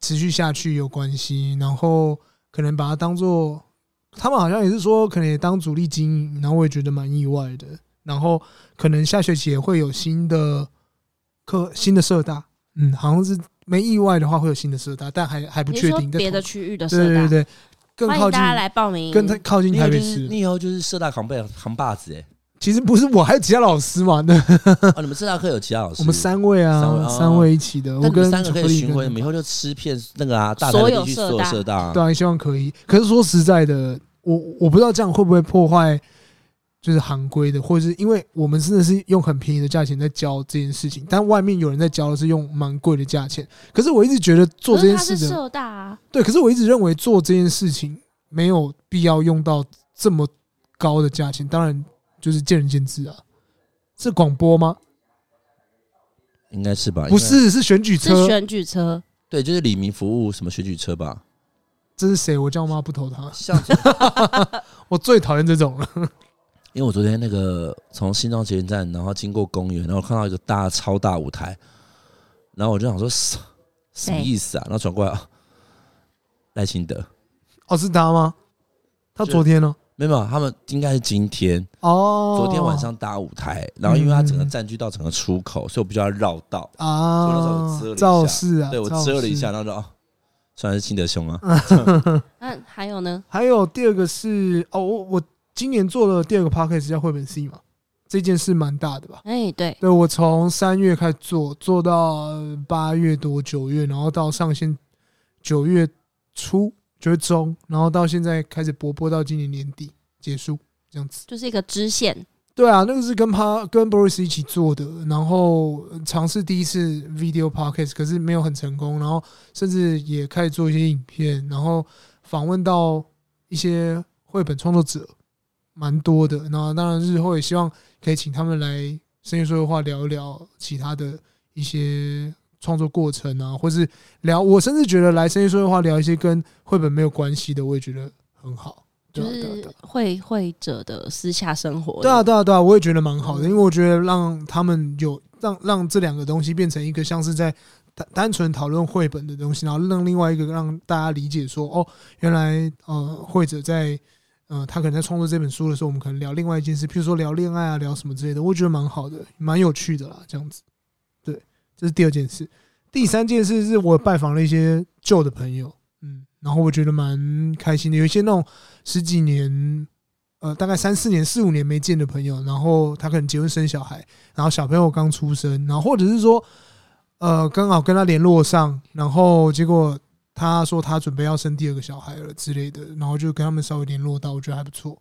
S3: 持续下去有关系，然后可能把它当做他们好像也是说，可能也当主力经营，然后我也觉得蛮意外的。然后可能下学期也会有新的课、新的社大，嗯，好像是没意外的话会有新的社大，但还还不
S7: 你
S3: 确
S7: 说
S3: 定。在
S7: 别的
S3: 同
S7: 区域的社
S3: 对对
S7: 大，
S3: 对，更
S7: 欢
S3: 靠
S7: 迎
S3: 近
S7: 大家来报名。
S3: 更太靠近
S6: 你以
S3: 台
S6: 后
S3: 北
S6: 就是
S3: 市
S6: 你。以后就是社大扛背扛把子
S3: *laughs*
S6: 哎、
S3: 其实不是我，还有其他老师嘛？那
S6: 哦，你们社大课有其他老师？
S3: 我们三
S6: 三
S3: 位
S6: 位
S3: 啊，
S6: 哦
S3: 三位一起的，
S6: 那
S3: 我
S6: 你们
S3: 跟
S6: 三个可
S3: 巧克
S6: 以
S3: 力
S6: 巡
S3: 跟
S6: 回，
S3: 那
S6: 你们
S3: 个
S6: 以后就吃遍那个啊，大台北地区所
S7: 所有
S6: 有
S7: 社大
S6: 社大啊。
S3: 对啊，希望可以。可是说实在的，我我不知道这样会不会破坏，就是行规的，或者是因为我们真的是用很便宜的价钱在教这件事情，但外面有人在教的是用蛮贵的价钱。可是我一直觉得做
S7: 可
S3: 这件
S7: 是他是
S3: 事的，
S7: 社大啊，
S3: 对，可是我一直认为做这件事情没有必要用到这么高的价钱，当然就是见仁见智啊。是广播吗？
S6: 应该是吧？
S3: 不
S6: 啊因为，
S3: 是，是选举
S7: 是
S3: 车。
S7: 选举车，
S6: 对，就是李明服务什么选举车
S3: *laughs*
S6: 吧？
S3: 这是谁？我叫我妈不投他，
S6: 像，
S3: 我最讨厌这种了。
S6: 因为我昨天那个从新庄捷运站，然后经过公园，然后看到一个大超大舞台，然后我就想说什什
S3: 哎
S6: 么
S7: 谁
S6: 意思啊？然后转过来，哦赖清德
S3: 哦，是他吗？他
S6: 是
S3: 昨天呢？
S6: 没有没有，他们应该是今天
S3: 哦，
S6: 昨天晚上搭舞台，然后因为他整个占据到整个出口，所以我必须要绕道。
S3: 啊
S6: 所以那时候我遮了一，下
S3: 造势啊，
S6: 对我
S3: 造势
S6: 遮了一下，。然后就哦，虽然是清德兄啊，
S3: 嗯
S7: 那还有呢？
S3: 还有第二个是哦，我我今年做了第二个 podcast 叫绘本 C 嘛，这件事蛮大的吧？
S7: 哎，对，
S3: 对我从三月开始做，做到八月多九月，然后到上线九月初九月中，然后到现在开始播，播到今年年底结束这样子。
S7: 就是一个支线，
S3: 对啊，那个是跟他跟 Boris 一起做的，然后呃尝试第一次 video podcast，可是没有很成功，然后甚至也开始做一些影片，然后访问到一些绘本创作者，蛮多的。那当然日后也希望可以请他们来深夜说的话聊一聊其他的一些创作过程啊，或是聊我甚至觉得来深夜说的话聊一些跟绘本没有关系的，我也觉得很好。
S7: 就
S3: 对啊对啊对
S7: 是
S3: 啊
S7: 会会者的私下生活。
S3: 对啊，对啊，对啊，我也觉得蛮好的，因为我觉得让他们有让让这两个东西变成一个像是在单单纯讨论绘本的东西，然后让另外一个让大家理解说，哦，原来呃，绘者在呃，他可能在创作这本书的时候，我们可能聊另外一件事，譬如说聊恋爱啊，聊什么之类的，我觉得蛮好的，蛮有趣的啦，这样子。对，这是第二件事。第三件事是我拜访了一些旧的朋友，嗯，然后我觉得蛮开心的，有一些那种十几年呃，大概三四年、四五年没见的朋友，然后他可能结婚生小孩，然后小朋友刚出生，然后或者是说，呃，刚好跟他联络上，然后结果他说他准备要生第二个小孩了之类的，然后就跟他们稍微联络到，我觉得还不错。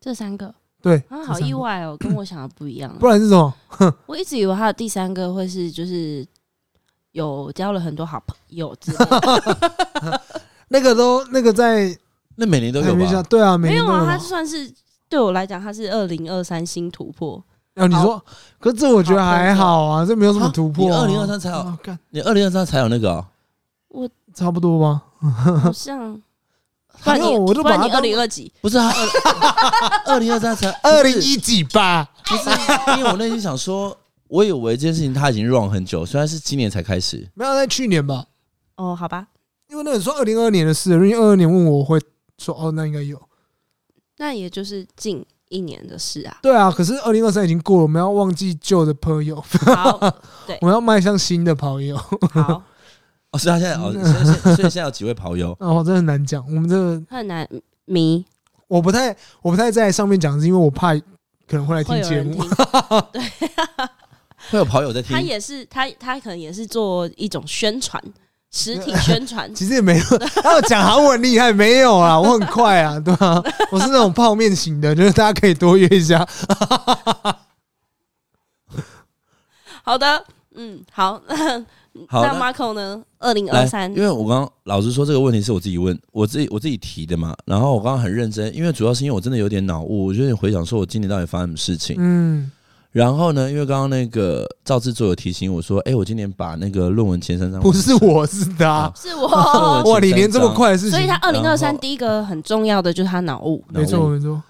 S7: 这三个
S3: 对，
S7: 啊，
S3: 这
S7: 好
S3: 三个
S7: 意，外哦，跟我想的不一样。
S3: 不然是什么？
S7: 我一直以为他的第三个会是就是有交了很多好朋友之类的，
S3: *laughs* 那个都那个在
S6: 那每年都有
S3: 台面下，
S6: 吧？
S3: 对啊，每
S7: 没
S3: 年
S7: 有
S3: 都
S7: 啊，他
S3: 嘛
S7: 算是对我来讲，他是二零二三新突
S3: *laughs*
S7: 破，
S3: 啊，你说，可是这我觉得还好啊，这没有什么
S6: 啊
S3: 突破、啊。
S6: 你2023才有
S3: 啊，干
S6: 你二零二三才有那个哦，
S3: 差不多吧？*laughs*
S7: 好像。不然
S3: 没
S7: 你
S3: 有，我就
S7: 不
S3: 把
S7: 然
S3: 它
S7: 你二
S3: 当
S7: 零二几？
S6: 不是啊，二 *laughs* 零二三才
S3: 二零一几吧。
S6: 不是，
S3: 哎
S6: 因为我内心想说，我以为这件事情他已经 run 很久，虽然是今年才开始，
S3: 没有，在去年吧。
S7: 哦，好吧，
S3: 因为那个说二零二年的事，因为二二年问我，我会说哦，那应该有。。
S7: 那也就是近一年的事啊
S3: *laughs* 对啊，可是二零二三已经过了，我们要忘记旧的朋友， *laughs*
S7: 好，
S3: 我们要迈向新的朋友。
S7: 好，
S6: 哦，是他现在
S3: 嗯
S6: 哦，所以所以所以现在有几位跑
S3: *laughs*
S6: 友？
S3: 哦，真的很难讲。我们这个
S7: 很难迷，
S3: 我不太我不太在上面讲，是因为我怕可能会来
S7: 会
S3: 听
S7: 有
S3: 节
S7: 人
S3: 目
S7: 听。。
S6: 会有跑友在听
S3: *laughs*
S7: 他？也是，他他可能也是做一种宣传，实
S3: *laughs*。
S7: 体宣传
S3: 其实也没有，他有讲韩文厉害没有啊？我很快啊， *laughs* 对吧、我是那种泡面型的，就是大家可以多约一下。
S7: 好的，嗯，好，那
S6: 好，
S7: 那
S6: 那
S7: Marco 呢？二零二
S6: 来，
S7: 三
S6: 因为我刚刚老实说这个问题是我自己问，我自己我自己提的嘛。然后我刚刚很认真，因为主要是因为我真的有点脑雾，我就有点回想说我今年到底发生什么事情。
S3: 嗯，
S6: 然后呢，因为刚刚那个赵制作有提醒我说，哎，我今年把那个论文前三章
S3: 不是我是他。
S7: 是
S6: 论文前
S3: *laughs*
S7: 我，
S3: 哇，你
S6: 三
S3: 连这么
S6: 章
S3: 快的事情，
S7: 所以他二零二
S6: 然
S7: 三
S6: 后
S7: 第一个很重要的就是他脑雾，
S6: 脑雾
S3: 没错没错，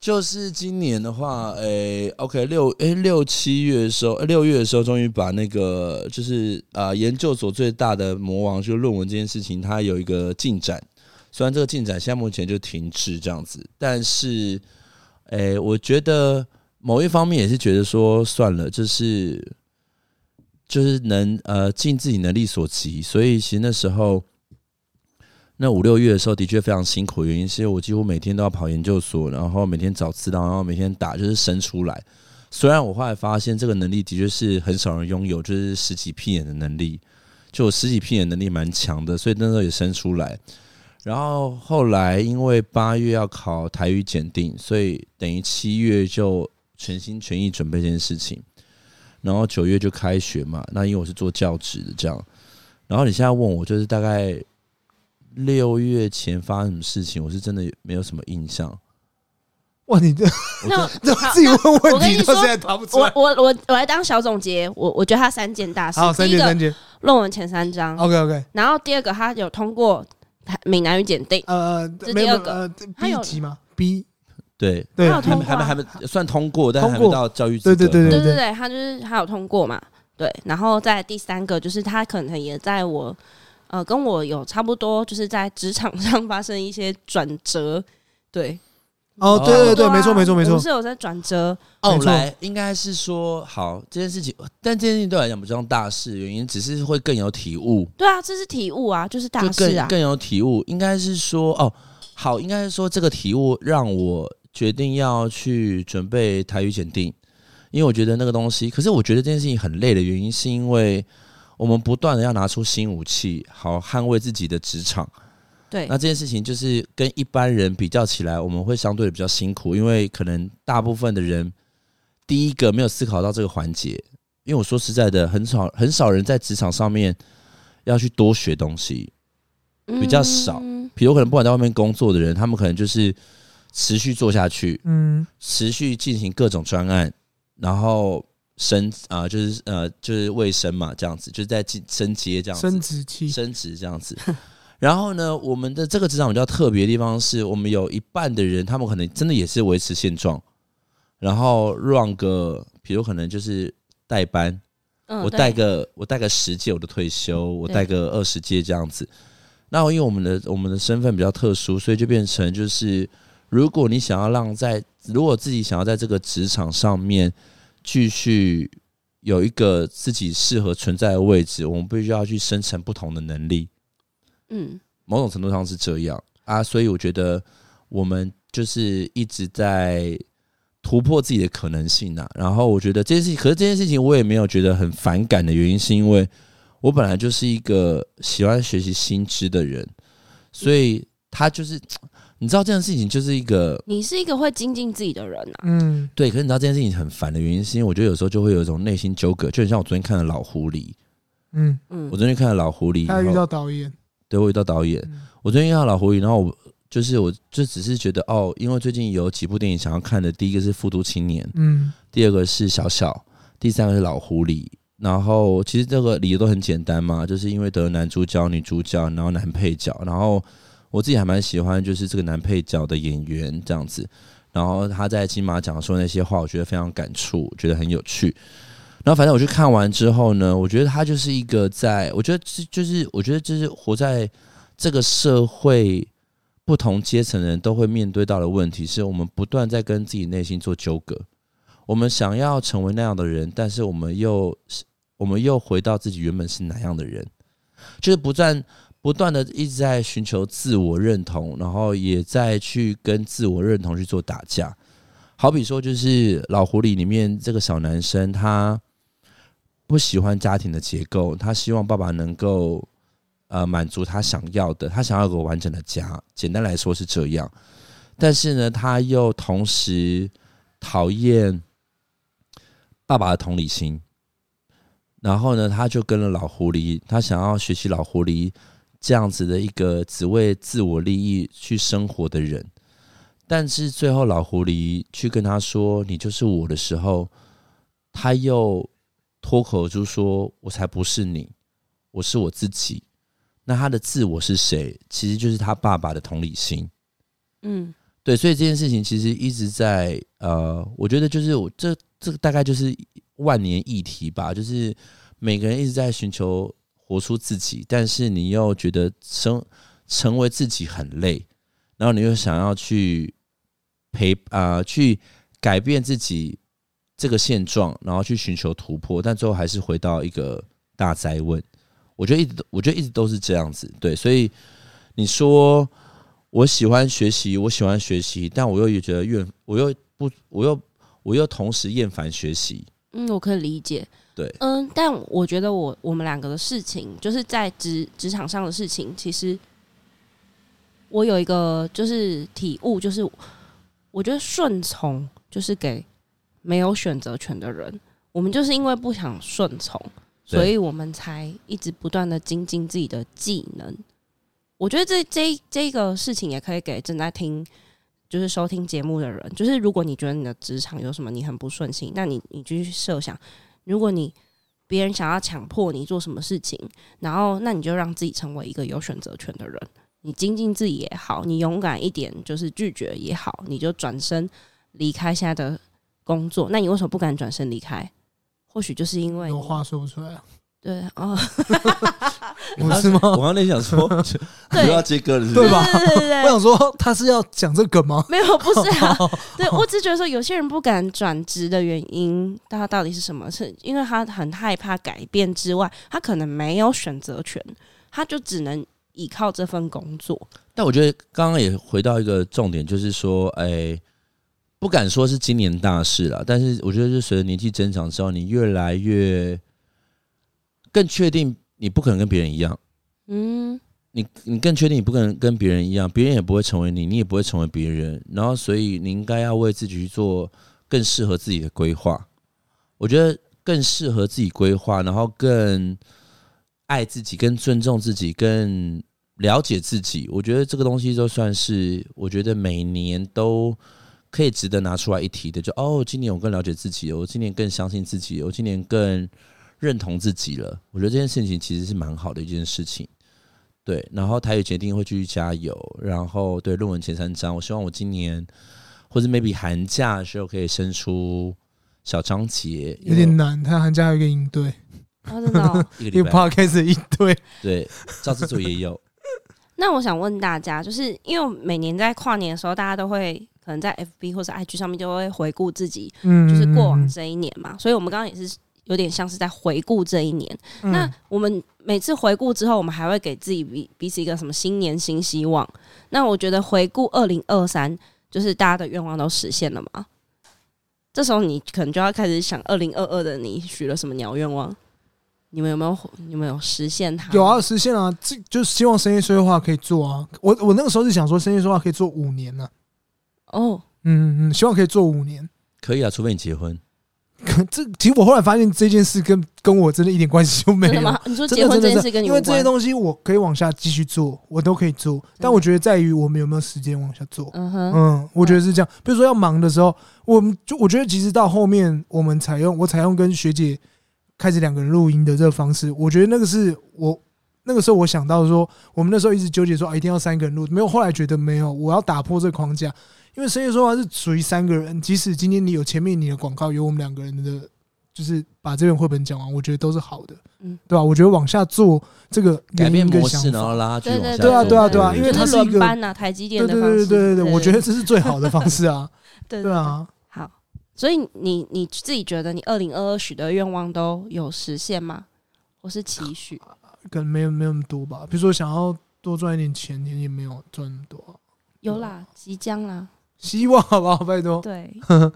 S6: 就是今年的话，诶、o k 六诶、六七月的时候，呃六月的时候，终于把那个就是啊、呃研究所最大的魔王就是论文这件事情，它有一个进展。虽然这个进展现在目前就停滞这样子，但是，诶、我觉得某一方面也是觉得说算了，就是就是能呃尽自己能力所及，所以其实那时候那五六月的时候的确非常辛苦，原因是我几乎每天都要跑研究所，然后每天找资料，然后每天打就是生出来。虽然我后来发现这个能力的确是很少人拥有，就是十几屁眼的能力，就我十几屁眼能力蛮强的，所以那时候也生出来。然后后来因为八月要考台语检定，所以等于七月就全心全意准备这件事情。然后九月就开学嘛，那因为我是做教职的这样。然后你现在问我，就是大概六月前发生什么事情，我是真的没有什么印象。
S3: 哇，你这
S5: 那
S3: 这
S5: 好
S3: 自己问
S5: 我
S3: 问
S5: 跟你
S3: 题
S5: 说
S3: 到现在答不出
S7: 我
S3: 来。
S7: 我我我来当小总结，我我觉得他三件大事
S3: 好，，三
S7: 第
S3: 姐
S7: 一
S3: 三
S7: 个
S3: 姐
S7: 论文前三章，
S3: ，OK OK，
S7: 然后第二个他有通过台闽南语检定，
S3: 呃，
S7: 这
S3: 没
S7: 第
S3: 有
S7: 二个
S3: 呃
S7: 还
S3: ，B
S7: 有
S3: 级吗？B
S6: 对，
S3: 对
S7: 还有
S6: 还
S7: 通
S6: 没
S7: 过
S6: 还
S7: 啊
S6: 没还没算通过，但还
S3: 通
S6: 没
S3: 过
S6: 到教育资
S3: 对
S6: 格。
S3: 对对
S7: 对
S3: 对
S7: 对对，他就是他有通过嘛，对，然后再来第三个就是他可能也在我呃跟我有差不多，就是在职场上发生一些转折，对，
S3: 哦，对对对，
S7: 啊
S3: 没错没错没
S7: 我
S3: 错
S7: 们，是有在转折，
S6: 哦
S3: 没，错
S6: 来，应该是说好这件事情，但这件事情对我来讲不是大事，原因只是会更有体悟，
S7: 对啊，这是体悟啊，就是大
S6: 就
S7: 事
S6: 更
S7: 啊，
S6: 更有体悟。应该是说哦，好，应该是说这个体悟让我决定要去准备台语检定，因为我觉得那个东西，可是我觉得这件事情很累的原因，是因为我们不断的要拿出新武器，好捍卫自己的职场。
S7: 对
S6: 那这件事情就是跟一般人比较起来，我们会相对的比较辛苦，因为可能大部分的人第一个没有思考到这个环节，因为我说实在的，很少很少人在职场上面要去多学东西。比较少
S7: 嗯
S6: 比如可能不管在外面工作的人，他们可能就是持续做下去，
S3: 嗯，
S6: 持续进行各种专案，然后升啊、就是呃就是卫生嘛，这样子就是在进升阶这样子
S3: 生殖器，
S6: 升职这样子。然后呢，我们的这个职场比较特别的地方是，我们有一半的人，他们可能真的也是维持现状，然后 run 个，比如可能就是代班，
S7: 嗯
S6: 我
S7: 对
S6: 带个我带个十届我就退休，我带个二十届这样子。那因为我们的我们的身份比较特殊，所以就变成就是，如果你想要让在如果自己想要在这个职场上面继续有一个自己适合存在的位置，我们必须要去生成不同的能力。
S7: 嗯
S6: 某种程度上是这样啊，所以我觉得我们就是一直在突破自己的可能性啊。然后我觉得这件事情，可是这件事情我也没有觉得很反感的原因，是因为我本来就是一个喜欢学习新知的人，所以他就是你知道这件事情就是一个
S7: 你是一个会精进自己的人啊，
S3: 嗯，
S6: 对，可是你知道这件事情很烦的原因，是因为我觉得有时候就会有一种内心纠葛，就很像我昨天看的老狐狸，
S3: 嗯，
S7: 嗯
S6: 我，昨天看了老狐狸，
S3: 他
S6: 然后
S3: 遇到导演，
S6: 对我遇到导演，
S3: 嗯
S6: 我最近看到老狐狸，然后我就是我就只是觉得哦，因为最近有几部电影想要看的，第一个是《复读青年》，
S3: 嗯，
S6: 第二个是小小，第三个是老狐狸。然后其实这个理由都很简单嘛，就是因为得了男主角、女主角，然后男配角，然后我自己还蛮喜欢就是这个男配角的演员这样子。然后他在金马奖说那些话，我觉得非常感触，觉得很有趣。然后反正我去看完之后呢，我觉得他就是一个在，我觉得这就是我觉得这是活在这个社会不同阶层的人都会面对到的问题，是我们不断在跟自己内心做纠葛。我们想要成为那样的人，但是我们又我们又回到自己原本是哪样的人，就是不断不断的一直在寻求自我认同，然后也在去跟自我认同去做打架。好比说，就是《老狐狸》里面这个小男生，他不喜欢家庭的结构，他希望爸爸能够呃满足他想要的，他想要有个完整的家。简单来说是这样，但是呢，他又同时讨厌爸爸的同理心。然后呢，他就跟了老狐狸，他想要学习老狐狸这样子的一个只为自我利益去生活的人。但是最后，老狐狸去跟他说“你就是我”的时候，他又脱口就说：“我才不是你，我是我自己。”那他的自我是谁？其实就是他爸爸的同理心。
S7: 嗯
S6: 对，所以这件事情其实一直在呃，我觉得就是我这这个大概就是万年议题吧，就是每个人一直在寻求活出自己，但是你又觉得生成为自己很累，呃然后你又想要去陪啊、去改变自己这个现状，然后去寻求突破，但最后还是回到一个大灾问。我觉得一直都，我觉得一直都是这样子，对。所以你说我喜欢学习，我喜欢学习，但我又觉得厌，我又不，我又我又同时厌烦学习，
S7: 嗯，我可以理解。
S6: 对
S7: 嗯，但我觉得我我们两个的事情，就是在职职场上的事情，其实我有一个就是体悟，就是我觉得顺从就是给没有选择权的人，我们就是因为不想顺从，
S6: 对
S7: 所以我们才一直不断的精进自己的技能。我觉得这这这个事情也可以给正在听。就是收听节目的人，就是如果你觉得你的职场有什么你很不顺心，那你你就去设想，如果你别人想要强迫你做什么事情，然后那你就让自己成为一个有选择权的人。你精进自己也好，你勇敢一点，就是拒绝也好，你就转身离开现在的工作。那你为什么不敢转身离开？或许就是因为你
S3: 有话说不出来啊，
S7: 对哦，
S3: 不哦是吗？
S6: 我刚才想说，你
S7: 对
S6: 又要接歌了是不
S3: *laughs* 对
S6: 是？
S3: 吧？
S7: 对
S3: *laughs*
S7: 对
S3: 我想说他是要讲这个梗
S6: *laughs*
S3: 吗？
S7: 没有，不是啊，对我只觉得说，有些人不敢转职的原因，他到底是什么？是因为他很害怕改变之外，他可能没有选择权，他就只能依靠这份工作。
S6: 但我觉得刚刚也回到一个重点，就是说，哎、不敢说是今年大事了，但是我觉得是随着年纪增长之后，你越来越更确定你不可能跟别人一样，
S7: 嗯，
S6: 你你更确定你不可能跟别人一样，别人也不会成为你，你也不会成为别人，然后所以你应该要为自己去做更适合自己的规划。我觉得更适合自己规划，然后更爱自己，更尊重自己，更了解自己。我觉得这个东西就算是我觉得每年都可以值得拿出来一提的。就哦，今年我更了解自己了，我今年更相信自己了，我今年更认同自己了。我觉得这件事情其实是蛮好的一件事情。对，然后台语决定会继续加油，然后对论文前三章，我希望我今年或者 maybe 寒假的时候可以生出小章节，因
S3: 有
S6: 为
S3: 点难，他寒假有一个应对，
S7: 哦，真的哦、
S6: 一个
S3: 一
S6: 礼拜，
S3: 个 podcast 应对，
S6: 对，照制作也
S3: *laughs*
S6: 有，
S7: 那我想问大家，就是因为每年在跨年的时候，大家都会可能在 FB 或者 IG 上面就会回顾自己，
S3: *laughs* 嗯，
S7: 就是过往这一年嘛，所以我们刚刚也是有点像是在回顾这一年。
S3: 嗯
S7: 那我们每次回顾之后，我们还会给自己彼彼此一个什么新年新希望？那我觉得回顾二零二三，就是大家的愿望都实现了嘛？这时候你可能就要开始想二零二二的你许了什么鸟愿望？你们有没有你们有实现它？
S3: 有啊，，实现啊，这就是希望深夜说话可以做啊。我我那个时候是想说，深夜说话可以做五年呢、啊，
S7: 哦，
S3: 嗯嗯，希望可以做五年。
S6: 可以啊，除非你结婚。
S3: 可这其实我后来发现这件事跟跟我真的一点关系都没
S7: 真的
S3: 有，
S7: 吗？你说
S3: 真
S7: 结
S3: 的
S7: 婚
S3: 真的
S7: 这件
S3: 是
S7: 事跟你
S3: 因
S7: 无
S3: 为这些
S7: 关？
S3: 东西我可以往下继续做，我都可以做，但我觉得在于我们有没有时间往下做。
S7: 嗯哼，
S3: 嗯，我觉得是这样。比如说要忙的时候，我们就我觉得其实到后面我们采用我采用跟学姐开始两个人录音的这个方式，我觉得那个是我那个时候我想到说，我们那时候一直纠结说啊一定要三个人录，没有后来觉得没有，我要打破这个框架，因为深夜说话是属于三个人，即使今天你有前面你的广告，有我们两个人的。就是把这本绘本讲完，我觉得都是好的，
S7: 嗯
S3: 对吧？我觉得往下做这个
S6: 改变
S3: 原因跟
S6: 模
S3: 想
S6: 式，
S3: 法
S6: 然后拉他继续往下
S3: 对啊
S6: 走
S3: 对啊对啊因为
S7: 就
S3: 它是一个
S7: 轮班啊，台积电
S3: 对
S7: 的
S3: 对
S7: 方式。
S3: 对对对对，我觉得这是最好的方式啊，
S7: 对
S3: 对啊，
S7: 好，所以你你自己觉得你二零二二许的愿望都有实现吗？我是期许，
S3: 可能没有没有那么多吧。比如说想要多赚一点钱，也没有赚那么多啊、
S7: 有啦，即将啦，
S3: 希望好不好？拜托，
S7: 对，
S3: *laughs*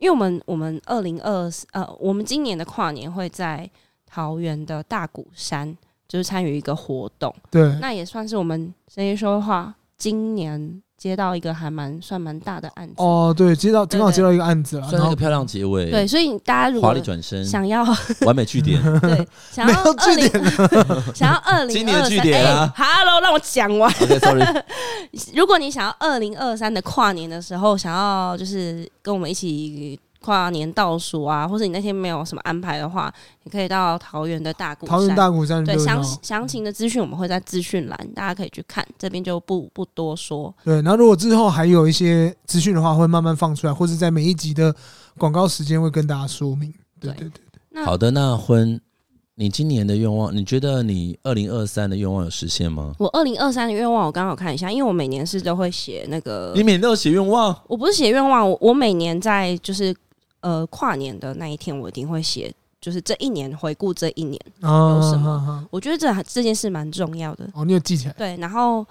S7: 因为我们我们二零二呃，我们今年的跨年会在桃园的大鼓山，就是参与一个活动，
S3: 对，
S7: 那也算是我们深夜说话今年接到一个还蛮算蛮大的案子，
S3: 哦，对，接到
S7: 对
S3: 刚好接到一个案子了，
S6: 算
S3: 然
S6: 是一
S3: 后
S6: 个漂亮结尾，
S7: 对，，所以大家如
S6: 华
S7: 果
S6: 丽转身，
S7: 想要
S6: 完美句
S7: *laughs*
S6: 点。
S7: 对想
S3: 没
S7: 要
S3: 有
S7: 二
S3: 据
S7: 零
S3: 点，
S7: *laughs* 想要二零
S6: 今年的据点啊
S7: h e l l o 让我讲完。
S6: OK，sorry，
S7: 如果你想要二零二三的跨年的时候，想要就是跟我们一起跨年倒数啊，或者你那天没有什么安排的话，你可以到桃园的大鼓山。
S3: 桃园大鼓山
S7: 对
S3: 热
S7: 详
S3: 闹嗯
S7: 详情的资讯我们会在资讯栏，大家可以去看，这边就不不多说。
S3: 对，然后如果之后还有一些资讯的话，会慢慢放出来，或是在每一集的广告时间会跟大家说明。对
S7: 对
S3: 对对，
S7: 那
S6: 好的，那婚，你今年的愿望，你觉得你二零二三的愿望有实现吗？
S7: 我二零二三的愿望，我刚好看一下，因为我每年是都会写那个
S6: 你每年都有写愿望，
S7: 我不是写愿望，我我每年在就是呃跨年的那一天，我一定会写，就是这一年回顾这一年，
S3: 有
S7: 有什么
S3: 么？
S7: 我觉得这这件事蛮重要的。
S3: 啊哦，你有记起来？
S7: 对，然后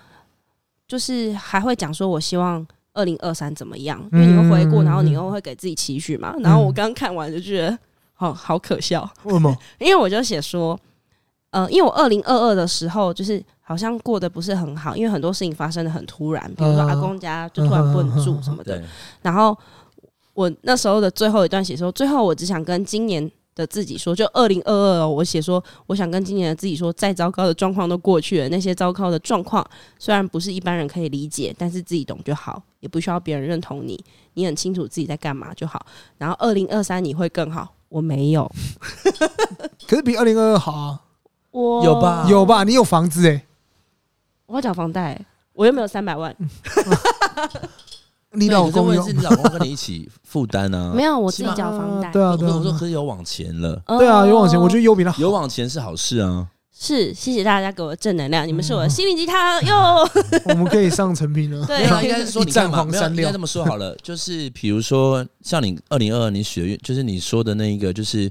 S7: 就是还会讲说，我希望二零二三怎么样？因为你会回顾，
S3: 嗯
S7: 然后你又会给自己期许嘛。然后我刚看完就觉得，好好可笑，
S3: 为
S7: *laughs*
S3: 什么？
S7: 因为我就写说，呃，因为我二零二二的时候就是。好像过得不是很好，因为很多事情发生的很突然，比如说
S3: 嗯
S7: 阿公家就突然不能住什么的。
S6: 对，
S7: 然后我那时候的最后一段写说，最后我只想跟今年的自己说，就二零二二，哦我写说，我想跟今年的自己说，再糟糕的状况都过去了，那些糟糕的状况虽然不是一般人可以理解，但是自己懂就好，也不需要别人认同你，你很清楚自己在干嘛就好。然后二零二三你会更好，我没有，
S3: 可是比二零二二好啊，
S7: 我
S6: 有吧
S3: 有吧？你有房子哎，
S7: 我要缴房贷、我又没有三百万，
S3: 嗯你老公
S6: 也
S3: 有
S6: 是？你老公跟你一起负担
S3: *laughs*
S6: 啊？
S7: 没有，我自己缴房贷。
S3: 对啊，
S6: 我
S3: 对
S6: 说
S3: 啊
S6: 我说
S3: 对啊，
S6: 可是有往前了，
S7: 呃
S3: 对啊，有往前，我觉得有比他好。
S6: 有往前是好事啊。
S7: 是谢谢大家给我的正能量，你们是
S3: 嗯
S7: 我的心灵鸡汤哟。
S3: 我们可以上成品了。
S7: 对
S6: 没有啊
S7: *laughs*
S6: 啦，应该是说
S3: 一
S6: 你干
S3: 战
S6: 嘛？
S3: 黄
S6: 没有，
S3: 三
S6: 应
S3: 六
S6: 该这么说好了， *laughs* 就是比如说像你二零二二你许的愿，就是你说的那一个，就是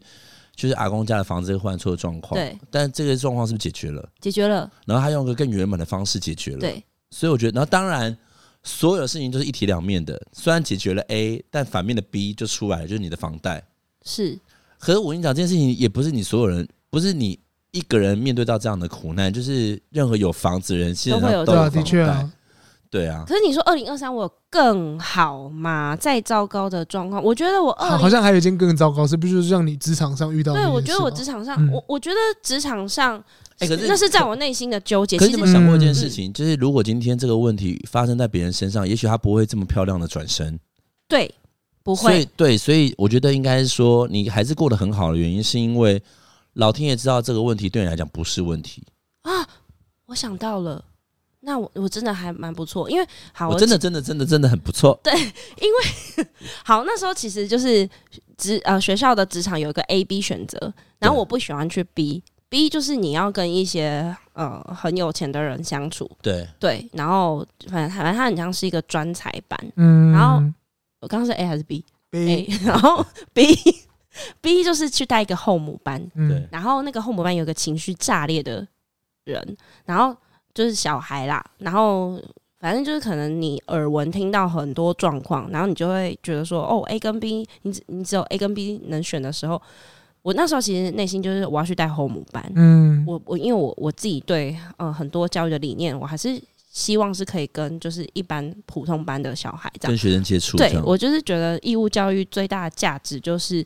S6: 就是阿公家的房子换错的状况，
S7: 对，
S6: 但这个状况是不是解决了？
S7: 解决了，
S6: 然后他用一个更圆满的方式解决了，
S7: 对。
S6: 所以我觉得，然后当然，所有事情都是一体两面的。虽然解决了 A，但反面的 B 就出来了，就是你的房贷。
S7: 是
S6: 可是我跟你讲，这件事情也不是你所有人，不是你一个人面对到这样的苦难，就是任何有房子的人，现在
S7: 都会有
S6: *laughs* 都
S3: 对啊，
S6: 有房
S3: 的确
S6: 贷
S3: 啊，，
S6: 对啊。
S7: 可是你说二零二三我有更好吗？再糟糕的状况，我觉得我
S3: 好
S7: 二
S3: 好
S7: 零，
S3: 像还有一件更糟糕，是不是就是让你职场上遇到的
S7: 对
S3: 那件事吗？
S7: 我觉得我职场上，
S3: 嗯
S7: 我我觉得职场上，
S6: 哎可是
S7: 那是在我内心的纠结。
S6: 可
S7: 其
S6: 是你
S7: 实
S6: 有没有想过一件
S3: 嗯
S6: 事情，就是如果今天这个问题发生在别人身上，也许他不会这么漂亮的转身。
S7: 对，不
S6: 所以
S7: 会，
S6: 对，所以我觉得应该是说，你还是过得很好的原因，是因为老天爷知道这个问题对你来讲不是问题。
S7: 我想到了。那我我真的还蛮不错，因为好，
S6: 我真的真的真的真的很不错。
S7: 好，那时候其实就是职呃学校的职场有一个 A、B 选择，然后我不喜欢去 B。B 就是你要跟一些呃很有钱的人相处，
S6: 对，
S7: 对，然后反正反正他很像是一个专才班，
S3: 嗯，
S7: 然后我刚刚是 A 还是 B？A，
S3: 被
S7: 然后 B *laughs* B 就是去带一个后母班，
S3: 嗯
S6: 对
S7: 然后那个后母班有个情绪炸裂的人，然后就是小孩啦，然后反正就是可能你耳闻听到很多状况，然后你就会觉得说，哦，A 跟 B，你只你只有 A 跟 B 能选的时候，我那时候其实内心就是我要去带后母班，
S3: 嗯，
S7: 我我因为我我自己对呃很多教育的理念，我还是希望是可以跟就是一般普通班的小孩这样
S6: 跟学生接触，这
S7: 对
S6: 样
S7: 我就是觉得义务教育最大的价值就是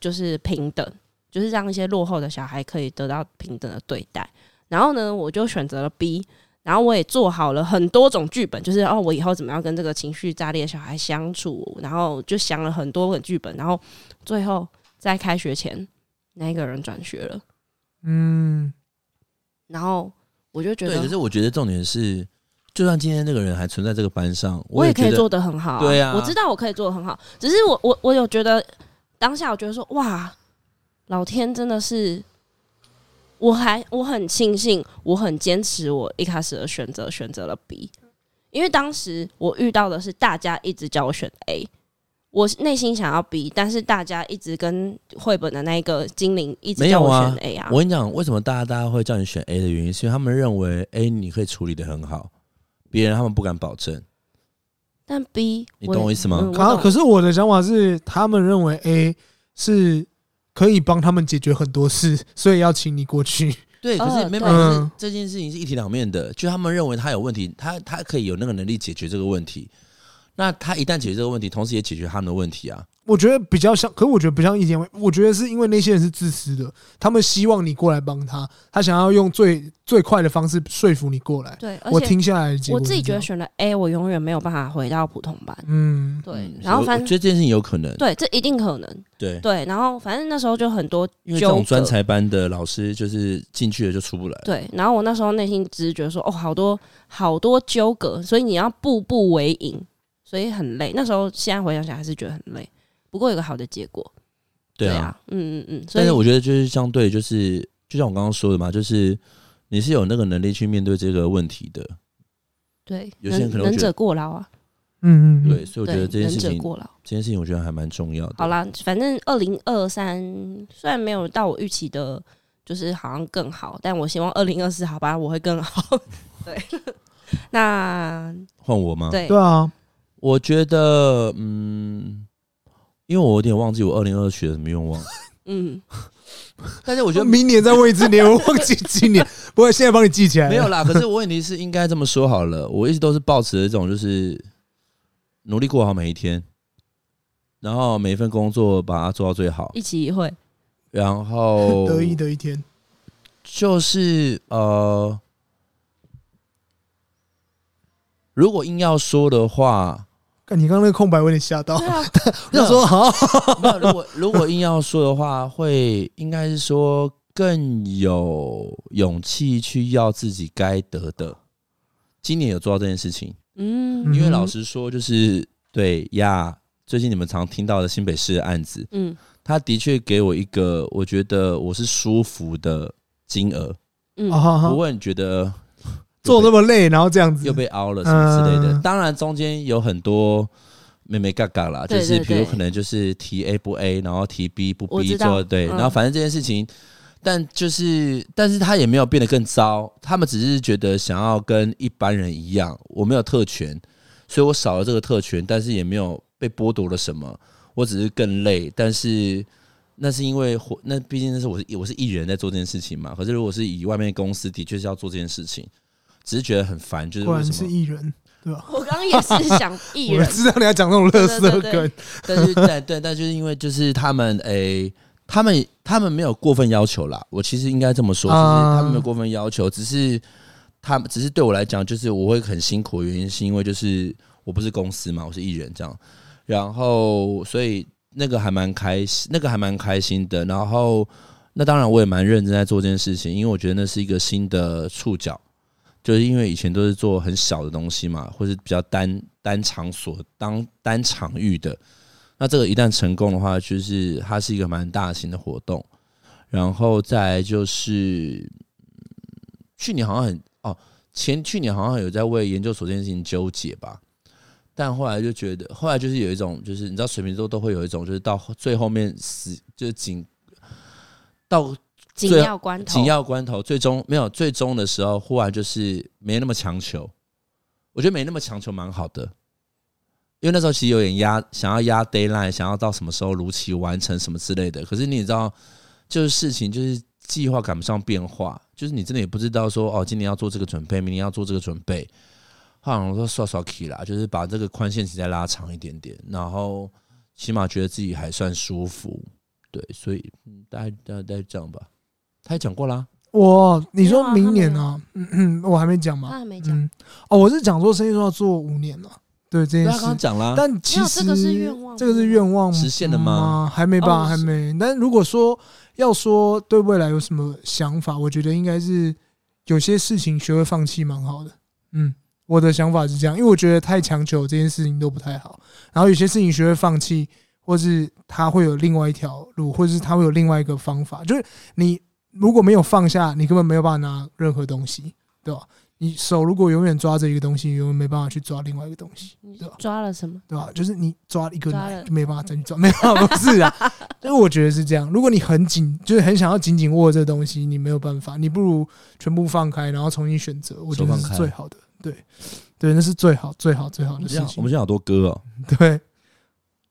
S7: 就是平等，就是让一些落后的小孩可以得到平等的对待。然后呢，我就选择了 B，然后我也做好了很多种剧本，就是哦，我以后怎么样跟这个情绪炸裂的小孩相处，然后就想了很多本剧本，然后最后在开学前那个人转学了，
S3: 嗯，
S7: 然后我就觉
S6: 对，
S7: 得
S6: 可是我觉得重点是，就算今天这个人还存在这个班上，
S7: 我也
S6: 也
S7: 可以
S6: 觉得
S7: 做得很好、
S6: 对啊
S7: 我知道我可以做得很好，只是我我我有觉得当下我觉得说哇，老天真的是，我还我很庆幸，我很坚持我一开始的选择，选择了 B，因为当时我遇到的是大家一直叫我选 A。我内心想要 B，但是大家一直跟绘本的那个精灵一直
S6: 没
S7: 叫
S6: 有
S7: 我
S6: 啊
S7: 选 A 啊，
S6: 我跟你讲，为什么大家大家会叫你选 A 的原因，是因为他们认为 A 你可以处理的很好，别人他们不敢保证。
S7: 但 B，
S6: 你懂我意思吗
S7: 嗯
S3: 然后
S7: 懂
S3: 可是我的想法是，他们认为 A 是可以帮他们解决很多事，所以要请你过去。
S6: 对，可
S7: 呃
S6: 是没
S7: 对
S6: 办法，可是
S3: 嗯
S6: 这件事情是一体两面的。就他们认为他有问题，他他可以有那个能力解决这个问题。那他一旦解决这个问题，同时也解决他们的问题啊。
S3: 我觉得比较像，可我觉得不像一点。我觉得是因为那些人是自私的，他们希望你过来帮他，他想要用最最快的方式说服你过来。
S7: 对，而且
S3: 我听下来的结
S7: 我
S3: 果，
S7: 自己觉得，选了 A，我永远没有办法回到普通班。
S3: 嗯，
S7: 对，
S6: 嗯
S7: 然后
S6: 我
S7: 反
S6: 我
S7: 正
S6: 觉得这件事情有可能，
S7: 对，这一定可能
S6: 对，
S7: 对。然后反正那时候就很多
S6: 因为这
S7: 纠
S6: 种
S7: 葛
S6: 专才班的老师就是进去了就出不来。
S7: 对。然后我那时候内心只是觉得说，哦，好多好多纠葛，所以你要步步为营，所以很累。那时候现在回想起来还是觉得很累，不过有个好的结果。
S6: 对啊，
S7: 啊，嗯嗯嗯。所
S6: 但
S7: 以
S6: 是我觉得就是相对就是，就像我刚刚说的嘛，就是你是有那个能力去面对这个问题的。
S7: 对
S6: 有些人可能会
S7: 能
S6: 觉得
S7: 者过劳啊，
S3: 嗯嗯，
S6: 对，所以我觉
S7: 对，
S6: 得这件
S7: 能
S6: 事
S7: 者
S6: 情，
S7: 过劳。
S6: 这件事情我觉得还蛮重要的。
S7: 好，啦，反正二零二三虽然没有到我预期的，就是好像更好，但我希望二零二四好吧，我会更好。 *laughs* 对，那
S6: 换我吗？，
S7: 对
S3: 对啊，
S6: 我觉得，嗯，因为我有点忘记我二零二许了什么愿
S3: *laughs*
S6: 望，
S7: 嗯，
S6: 但是我
S3: 我
S6: 觉得
S3: 明年再问一次年，我忘记今年，不过现在帮你记起来。
S6: 没有，啦。可是我问题是，应该这么说好了，我一直都是抱持着这种就是努力过好每一天，然后每一份工作把它做到最好，
S7: 一起一会，
S6: 然后
S3: *laughs* 得意的一天，
S6: 就是呃，如果硬要说的话，
S3: 看你刚刚那个空白，我有点吓到
S7: *laughs* 对。啊，
S3: 我想说好，
S6: *laughs* 没有，如果如果硬要说的话，会应该是说更有勇气去要自己该得的。今年有做到这件事情，
S7: 嗯
S6: 因为老实说，就是对呀，最近你们常听到的新北市的案子，
S7: 嗯
S6: 它的确给我一个我觉得我是舒服的金额，
S7: 嗯，
S3: 啊哈哈
S6: 不会你觉得
S3: 做那么累，然后这样子
S6: 又被凹了什么之类的。
S3: 嗯
S6: 当然中间有很多妹妹嘎嘎啦，
S7: 对
S6: 就是
S7: 对
S6: 比如
S7: 对
S6: 可能就是提 A 不 A，然后提 B 不
S7: 我
S6: B，
S7: 知道
S6: 做对，
S7: 嗯
S6: 然后反正这件事情。但就是，但是他也没有变得更糟，他们只是觉得想要跟一般人一样，我没有特权，所以我少了这个特权，但是也没有被剥夺了什么，我只是更累。但是那是因为活，那毕竟那是我是我是艺人在做这件事情嘛。可是如果是以外面的公司，的确是要做这件事情，只是觉得很烦，就是
S3: 果
S6: 为
S3: 然
S6: 什
S3: 是
S6: 么？
S3: 艺人，对吧？
S7: 我刚刚也是想艺
S3: 我
S7: 人，
S3: 知道你要讲那种乐色
S7: 对对
S3: 梗
S7: 对，
S6: 但是但对，但就是因为就是他们诶、他们他们没有过分要求啦。我其实应该这么说，就是
S3: 啊
S6: 他们没有过分要求，只是他们只是对我来讲，就是我会很辛苦，的原因是因为就是我不是公司嘛，我是艺人这样，然后所以那个还蛮开心，那个还蛮开心的。然后那当然我也蛮认真在做这件事情，因为我觉得那是一个新的触角。就是因为以前都是做很小的东西嘛，或是比较单单场所、当单场域的，那这个一旦成功的话，就是它是一个蛮大型的活动。然后再来就是嗯去年好像很哦，前去年好像有在为研究所这件事情纠结吧，但后来就觉得，后来就是有一种，就是你知道水瓶座都会有一种，就是到最后面死，就是紧到
S7: 紧
S6: 最
S7: 要关头，
S6: 紧要关头，最终没有最终的时候，忽然就是没那么强求。我觉得没那么强求蛮好的，因为那时候其实有点压，想要压 d a y l i n e 想要到什么时候如期完成什么之类的。可是你也知道，就是事情就是计划赶不上变化，就是你真的也不知道说哦，今年要做这个准备，明年要做这个准备。后来我说刷刷 key 啦，就是把这个宽限期再拉长一点点，然后起码觉得自己还算舒服。对，所以嗯大概大概大概这样吧。他也讲过啦，
S3: 哇，你
S7: 没有
S3: 说
S7: 啊
S3: 明
S7: 他
S3: 年
S7: 没有
S3: 啊？嗯嗯，我还没讲
S7: 他
S3: 嘛。
S7: 还没讲，
S3: 嗯，哦，我是讲说生意说要做五年了，对这
S6: 对啊他
S3: 件
S6: 刚
S3: 事
S6: 刚。讲啦，
S3: 但其
S7: 没有
S3: 实
S7: 这个是愿望
S3: 这个是愿望嗯
S6: 实现了吗？
S3: 还没吧，
S7: 哦
S3: 还
S7: 是
S3: 没。但如果说要说对未来有什么想法，我觉得应该是有些事情学会放弃蛮好的。嗯，我的想法是这样，因为我觉得太强求这件事情都不太好。然后有些事情学会放弃，或是他会有另外一条路，或者是他会有另外一个方法。就是你如果没有放下，你根本没有办法拿任何东西，对吧？你手如果永远抓着一个东西，你永远没办法去抓另外一个东西，对吧？
S7: 抓了什么？
S3: 对啊吧？就是你抓一个
S7: 抓
S3: 奶
S7: 了
S3: 就没办法再去抓， *laughs* 没有不是啊。因为我觉得是这样，如果你很紧，就是很想要紧紧握这个东西，你没有办法，你不如全部放开，然后重新选择，我觉
S6: 手
S3: 得
S6: 放
S3: 是
S6: 开
S3: 最好的。对，对，那是最好、最好、最好
S6: 我
S3: 的
S6: 们
S3: 事
S6: 现在我
S3: 情
S6: 们。现在好多歌哦，
S3: *laughs* 对，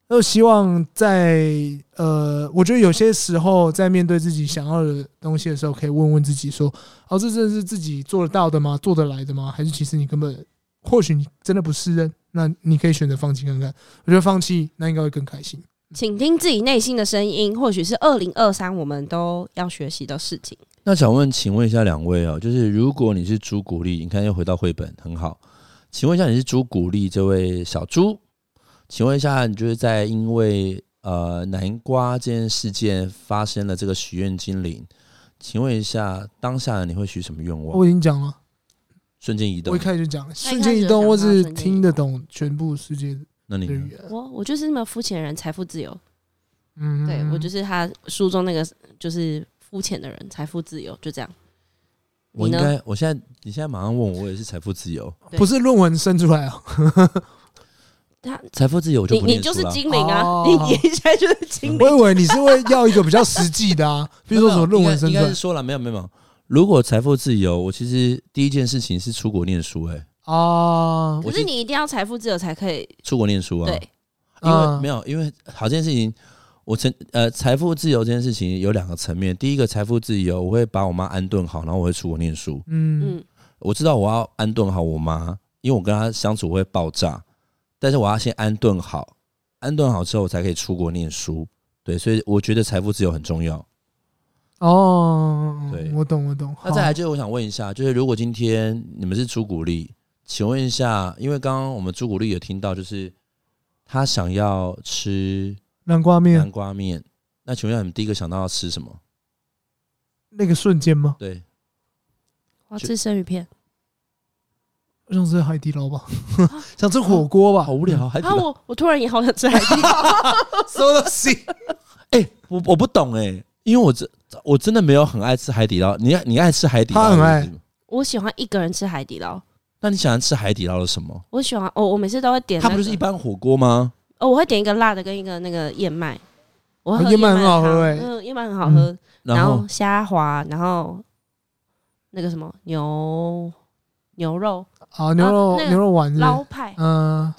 S3: 那我希望在呃，我觉得有些时候在面对自己想要的东西的时候，可以问问自己说：哦，这真的是自己做得到的吗？做得来的吗？还是其实你根本，或许你真的不是人，那你可以选择放弃看看。我觉得放弃那应该会更开心。
S7: 请听自己内心的声音，或许是二零二三我们都要学习的事情。
S6: 那想问，请问一下两位哦，就是如果你是朱古力，你看又回到绘本，很好。请问一下，你是朱古力这位小猪？请问一下，你就是在因为呃南瓜这件事件发生了这个许愿精灵，请问一下，当下你会许什么愿望？
S3: 我已经讲了，
S6: 瞬间移
S3: 我
S6: 动
S3: 一？开始就讲了，
S7: 他一
S3: 瞬
S7: 开
S3: 间
S7: 始
S3: 移
S7: 就
S3: 动
S7: 讲
S3: 或
S7: 到
S3: 是
S7: 瞬间移
S3: 听得懂全部世界
S6: 那
S3: 的
S6: 你呢
S3: 语言。
S7: 我我就是那么肤浅的人，财富自由。
S3: 嗯，
S7: 对我就是他书中那个就是肤浅的人，财富自由就这样。
S6: 我
S7: 你
S6: 应
S7: 呢
S6: 该，
S3: 嗯
S6: 我现在你现在马上问我，我也是财富自由。
S7: 对
S6: *laughs*
S3: 哦不是论文生出来啊。
S5: 他
S6: 财富自由我就
S5: 你
S6: 不念
S5: 你
S6: 书
S5: 就是
S6: 了。
S5: 精灵啊
S7: *laughs*
S3: 哦，
S5: 你你现
S6: *laughs*
S5: 在就是精
S3: 我
S5: 灵
S3: 以，为你是会要一个比较实际的啊，比如说什么论文
S6: 没有
S3: 生
S6: 应该应该
S3: 存
S6: 是说了，没有没有没有。如果财富自由，我其实第一件事情是出国念书、哎，
S3: 啊，
S7: 可
S6: 我
S7: 是你一定要财富自由才可以，
S6: 出国念书啊，
S7: 对，
S6: 因为、
S3: 嗯
S6: 没有，因为好这件事情，我曾呃财富自由这件事情有两个层面，第一个财富自由，我会把我妈安顿好，然后我会出国念书，
S3: 嗯
S7: 嗯，
S6: 我知道我要安顿好我妈，因为我跟她相处会爆炸，但是我要先安顿好，安顿好之后我才可以出国念书。对，所以我觉得财富自由很重要。
S3: 哦，
S6: 对
S3: 我懂我懂。
S6: 那再来就是我想问一下，就是如果今天你们是朱古力，请问一下，因为刚刚我们朱古力有听到，就是他想要吃
S3: 南瓜面
S6: 南瓜面，那请问一下你们第一个想到要吃什么？
S3: 那个瞬间吗？
S6: 对，
S7: 我要吃生鱼片。
S3: 我想吃海底捞吧，想吃火锅吧，嗯
S6: 好无聊，还
S5: 啊，我我突然也好想吃海底捞，
S3: 什么东西？
S6: *laughs* 哎、我我不懂哎、因为我真我真的没有很爱吃海底捞，你你爱吃海底捞？
S3: 他很爱
S6: 是不是
S7: *laughs* 我喜欢一个人吃海底捞，
S6: 那你喜欢吃海底捞的什么？
S7: 我喜欢哦，我每次都会点、那
S6: 它
S7: 个，
S6: 不就是一般火锅吗？
S7: 哦，我会点一个辣的跟一个那个燕麦，我会喝
S3: 哦燕麦
S7: 麦
S3: 很好喝
S7: 汤
S3: 欸
S7: 嗯，燕麦很好喝，
S6: 然后
S7: 后虾滑，然后那个什么牛牛肉
S3: 啊，牛
S7: 啊
S3: 肉
S7: 那个
S3: 牛肉丸子，
S7: 捞派、
S3: 嗯，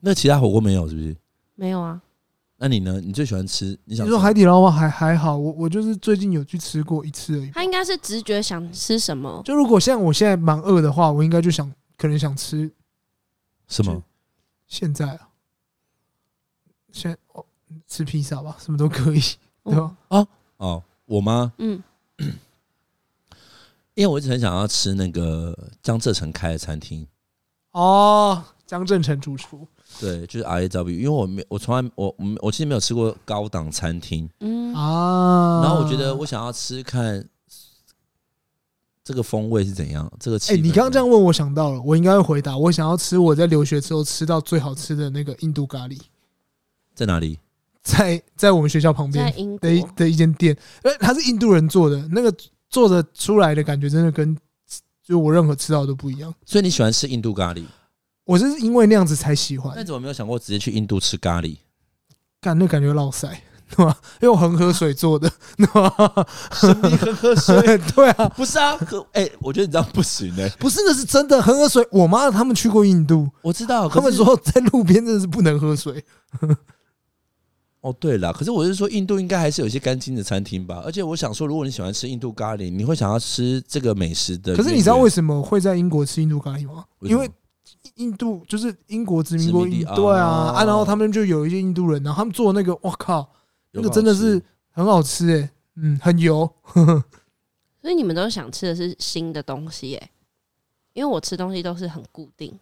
S6: 那其他火锅没有是不是？
S7: 没有啊，
S6: 那你呢？你最喜欢吃？你想
S3: 你
S6: 吃
S3: 说海底捞吗？还还好，我我就是最近有去吃过一次而已。
S7: 他应该是直觉想吃什么，
S3: 就如果像我现在蛮饿的话，我应该就想可能想吃
S6: 什么？
S3: 现在啊，现在哦吃披萨吧，什么都可以，对啊吧？
S6: 哦，我吗？
S7: 嗯，
S6: 因为我一直很想要吃那个江浙城开的餐厅，
S3: 哦，江正成主厨，
S6: 对，就是 R A W，因为我没我从来我我我其实没有吃过高档餐厅，
S7: 嗯，
S3: 啊，
S6: 然后我觉得我想要吃看这个风味是怎样，这个气
S3: 哎、
S6: 氛。
S3: 你刚刚这样问，我想到了，我应该会回答，我想要吃我在留学之后吃到最好吃的那个印度咖喱，
S6: 在哪里？
S3: 在在我们学校旁
S7: 在
S3: 边
S7: 英国
S3: 的一的一间店，呃，它是印度人做的，那个做的出来的感觉真的跟就我任何吃到的都不一样。
S6: 所以你喜欢吃印度咖喱？
S3: 我是因为那样子才喜
S6: 那你
S3: 欢，
S6: 怎么没有想过直接去印度吃咖
S3: *laughs*
S6: 喱？
S3: 干那感觉落塞，对吧？因为我恒河水做的，对吧？ *laughs*
S6: 喝喝
S3: 对啊，
S6: 不是啊，可哎、我觉得你这样不行哎、
S3: 不是那是真的恒河水。我妈他们去过印度，
S6: 我知道，
S3: 他
S6: 哦可
S3: 们
S6: 是
S3: 说在路边真的是不能喝水。
S6: 哦，对了，可是我是说，印度应该还是有一些干净的餐厅吧。而且我想说，如果你喜欢吃印度咖喱，你会想要吃这个美食的渊源。
S3: 可是你知道为什么会在英国吃印度咖喱吗？
S6: 为什么
S3: 因为印度就是英国殖民过
S6: 殖民
S3: 印，
S6: 地
S3: 对
S6: 啊
S3: 啊啊，然后他们就有一些印度人，然后他们做那个，我靠，
S6: 有
S3: 那
S6: 没有
S3: 个真的
S6: 吃
S3: 是很好吃诶、嗯，很油，
S7: 所以你们都想吃的是新的东西耶、因为我吃东西都是很固定，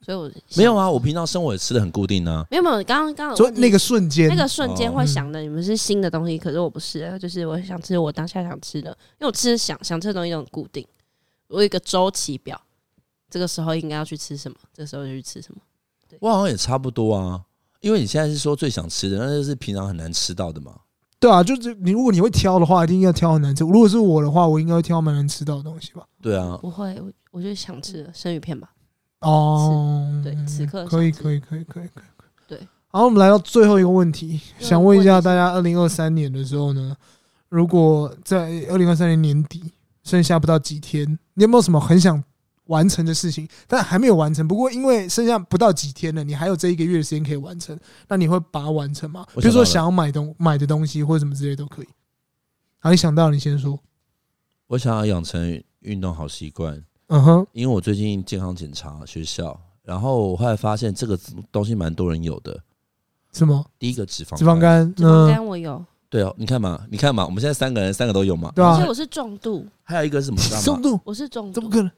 S7: 所以我
S6: 没有啊？我平常生活也吃的很固定啊。
S7: 没有没有，刚刚刚刚
S3: 所以
S7: 有问
S3: 那
S7: 题
S3: 个瞬间
S7: 那，个瞬间
S6: 哦
S7: 会想的，你们是新的东西，可是我不是，啊就是我想吃我当下想吃的，因为我吃想想吃的东西都很固定，我有一个周期表，这个时候应该要去吃什么，这个时候就去吃什么。
S6: 我好像也差不多啊，因为你现在是说最想吃的，那就是平常很难吃到的嘛。
S3: 对啊，就是你如果你会挑的话，一定要挑很难吃。如果是我的话，我应该会挑蛮难吃到的东西吧。
S6: 对啊，
S7: 不会，我我就想吃了生鱼片吧。
S3: 哦，
S7: 对此刻
S3: 可以，
S7: 想吃
S3: 可以，可以，可以，可以。
S7: 对
S3: 好，我们来到最后一个问题，
S7: 又
S3: 想问一
S7: 问
S3: 下
S7: 一下
S3: 大家，二零二三年的时候呢，如果在二零二三年年底剩下不到几天，你有没有什么很想完成的事情，但还没有完成？不过因为剩下不到几天了，你还有这一个月的时间可以完成，那你会把它完成吗？
S6: 我想到了
S3: 比如说想要买东买的东西或者什么之类都可以。好，你想到你先说。
S6: 我想要养成运动好习惯，
S3: 嗯哼，
S6: 因为我最近健康检查学校，然后我后来发现这个东西蛮多人有的。
S3: 什么
S6: 第一个脂肪
S3: 脂肪，肝？
S7: 脂肪
S3: 嗯，
S7: 肝我有，
S6: 对哦，你看嘛，你看嘛，我们现在三个人三个都有嘛，
S3: 对
S7: 而且
S3: 啊，
S7: 我是重度，
S6: 还有一个是什么？你知道吗
S3: *laughs* 重度
S7: 我是重
S3: 怎么
S7: 度。
S3: 可能？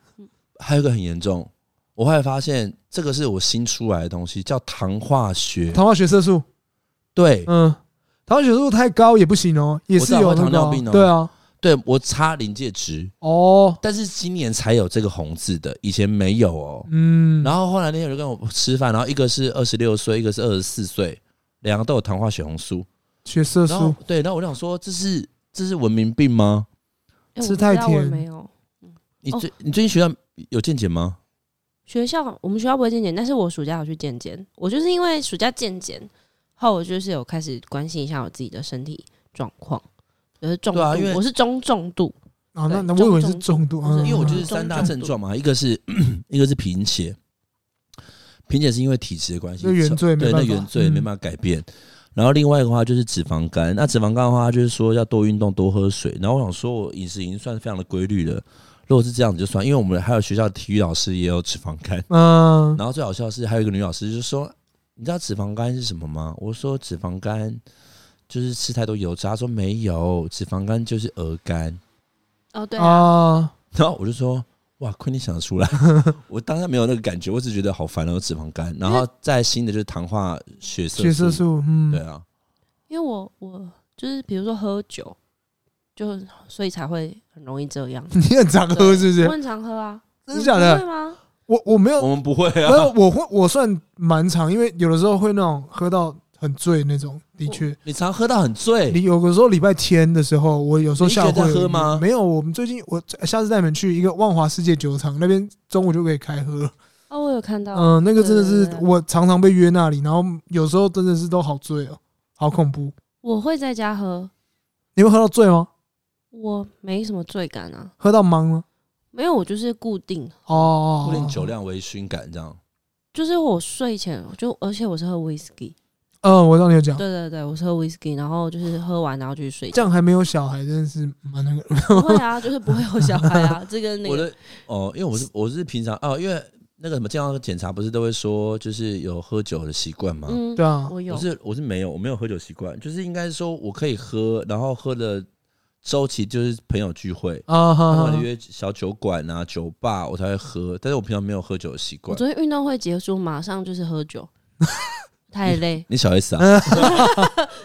S6: 还有一个很严重，我后来发现这个是我新出来的东西，叫糖化学。
S3: 糖化血色素。
S6: 对、
S3: 嗯，糖血素太高也不行哦，也是有、
S6: 我
S3: 那
S6: 知道会糖
S3: 个
S6: 尿病哦
S3: 对啊，
S6: 对，我差临界值，
S3: 哦，
S6: 但是今年才有这个红字的，以前没有哦。
S3: 嗯，
S6: 然后后来那天有人跟我吃饭，然后一个是二十六岁，一个是二十四岁，两个都有糖化血红素。
S3: 血色
S6: 然
S3: 素
S6: 后对，然后我想说，这是这是文明病吗？
S7: 哎我
S3: 吃
S7: 不
S3: 太
S7: 知道我
S3: 甜
S7: 没有，
S6: 你
S7: 哦
S6: 最、你最近学校有健检吗？
S7: 学校我们学校不会健检，但是我暑假有去健检。我就是因为暑假健检后，我就是有开始关心一下我自己的身体状况，就是重度，
S6: 对啊因为
S7: 我是中重度，
S3: 啊，那
S7: 对
S3: 那我以为是
S7: 重
S3: 重度，
S7: 重度
S3: 嗯
S6: 因为我就是
S7: 嗯
S6: 三大
S7: 重
S6: 症状嘛，一个是 *clears throat* 一个是贫血，贫血是因为体质的关系，
S3: 就原罪没
S6: 对，那
S3: 办法
S6: 原罪没
S3: 嗯
S6: 办法改变。然后另外一个话就是脂肪肝，那脂肪肝的话就是说要多运动、多喝水。然后我想说，我饮食已经算非常的规律了。如果是这样子就算，因为我们还有学校体育老师也有脂肪肝。
S3: 嗯，
S6: 然后最好笑的是，还有一个女老师就说：“你知道脂肪肝是什么吗？”我说：“脂肪肝就是吃太多油炸。”她说：“没有，脂肪肝就是鹅肝。”
S5: 哦，对啊，
S3: 啊，
S6: 然后我就说：“哇，亏你想得
S3: *laughs*
S6: 出来！我当下没有那个感觉，我只觉得好烦哦，有脂肪肝。然后再新的就是糖化血色
S3: 血色素，嗯。
S6: 对，啊，
S7: 因为我我就是比如说喝酒，就所以才会很容易这样
S3: *laughs* 你很常 *laughs* 喝是不
S7: 我
S3: 是？
S7: 很常喝啊，
S3: 真的假
S7: 你
S3: 的？
S7: 不会吗？
S3: 我我没有，
S6: 我们不会
S3: 没有
S6: 啊。，
S3: 我会我算蛮常，因为有的时候会那种喝到很醉那种，的确。
S6: 你常喝到很醉，
S3: 你有的时候礼拜天的时候，我有时候下午会
S6: 你一个
S3: 有
S6: 人在喝吗
S3: 没有，我们最近我下次带你们去一个万华世界酒厂，那边中午就可以开喝了。
S7: 哦，我有看到，
S3: 嗯，那个真的是
S7: 对对对
S3: 我常常被约那里，然后有时候真的是都好醉哦，好恐怖。
S7: 我会在家喝，
S3: 你会喝到醉吗？
S7: 我没什么罪感啊，
S3: 喝到懵吗？
S7: 没有，我就是固定，
S3: 哦，
S6: 固定酒。量微醺感这样。
S7: 就是我睡前就，而且我是喝 whisky，
S3: 嗯，我知道你有讲，
S7: 对对对，我是喝 whisky，然后就是喝完然后就去睡
S3: 这
S7: 觉，
S3: 样还没有小孩，真的是蛮那
S7: *laughs*
S3: 个。
S7: 不会啊，就是不会有小孩啊，这个那
S6: 我
S7: 个
S6: 的哦，因为我是我是平常哦，因为那个什么健康检查不是都会说就是有喝酒的习惯吗？
S7: 嗯，
S3: 对啊，
S7: 我有
S6: 我，是我是没有，我没有喝酒习惯，就是应该说我可以喝，然后喝的周期就是朋友聚会，
S3: 啊哈
S6: 我
S3: 哈，
S6: 约小酒馆啊、酒吧，我才会喝。但是我平常没有喝酒的习
S7: 我
S6: 惯。
S7: 昨天运动会结束马上就是喝酒，太累，
S6: 你小 S 啊，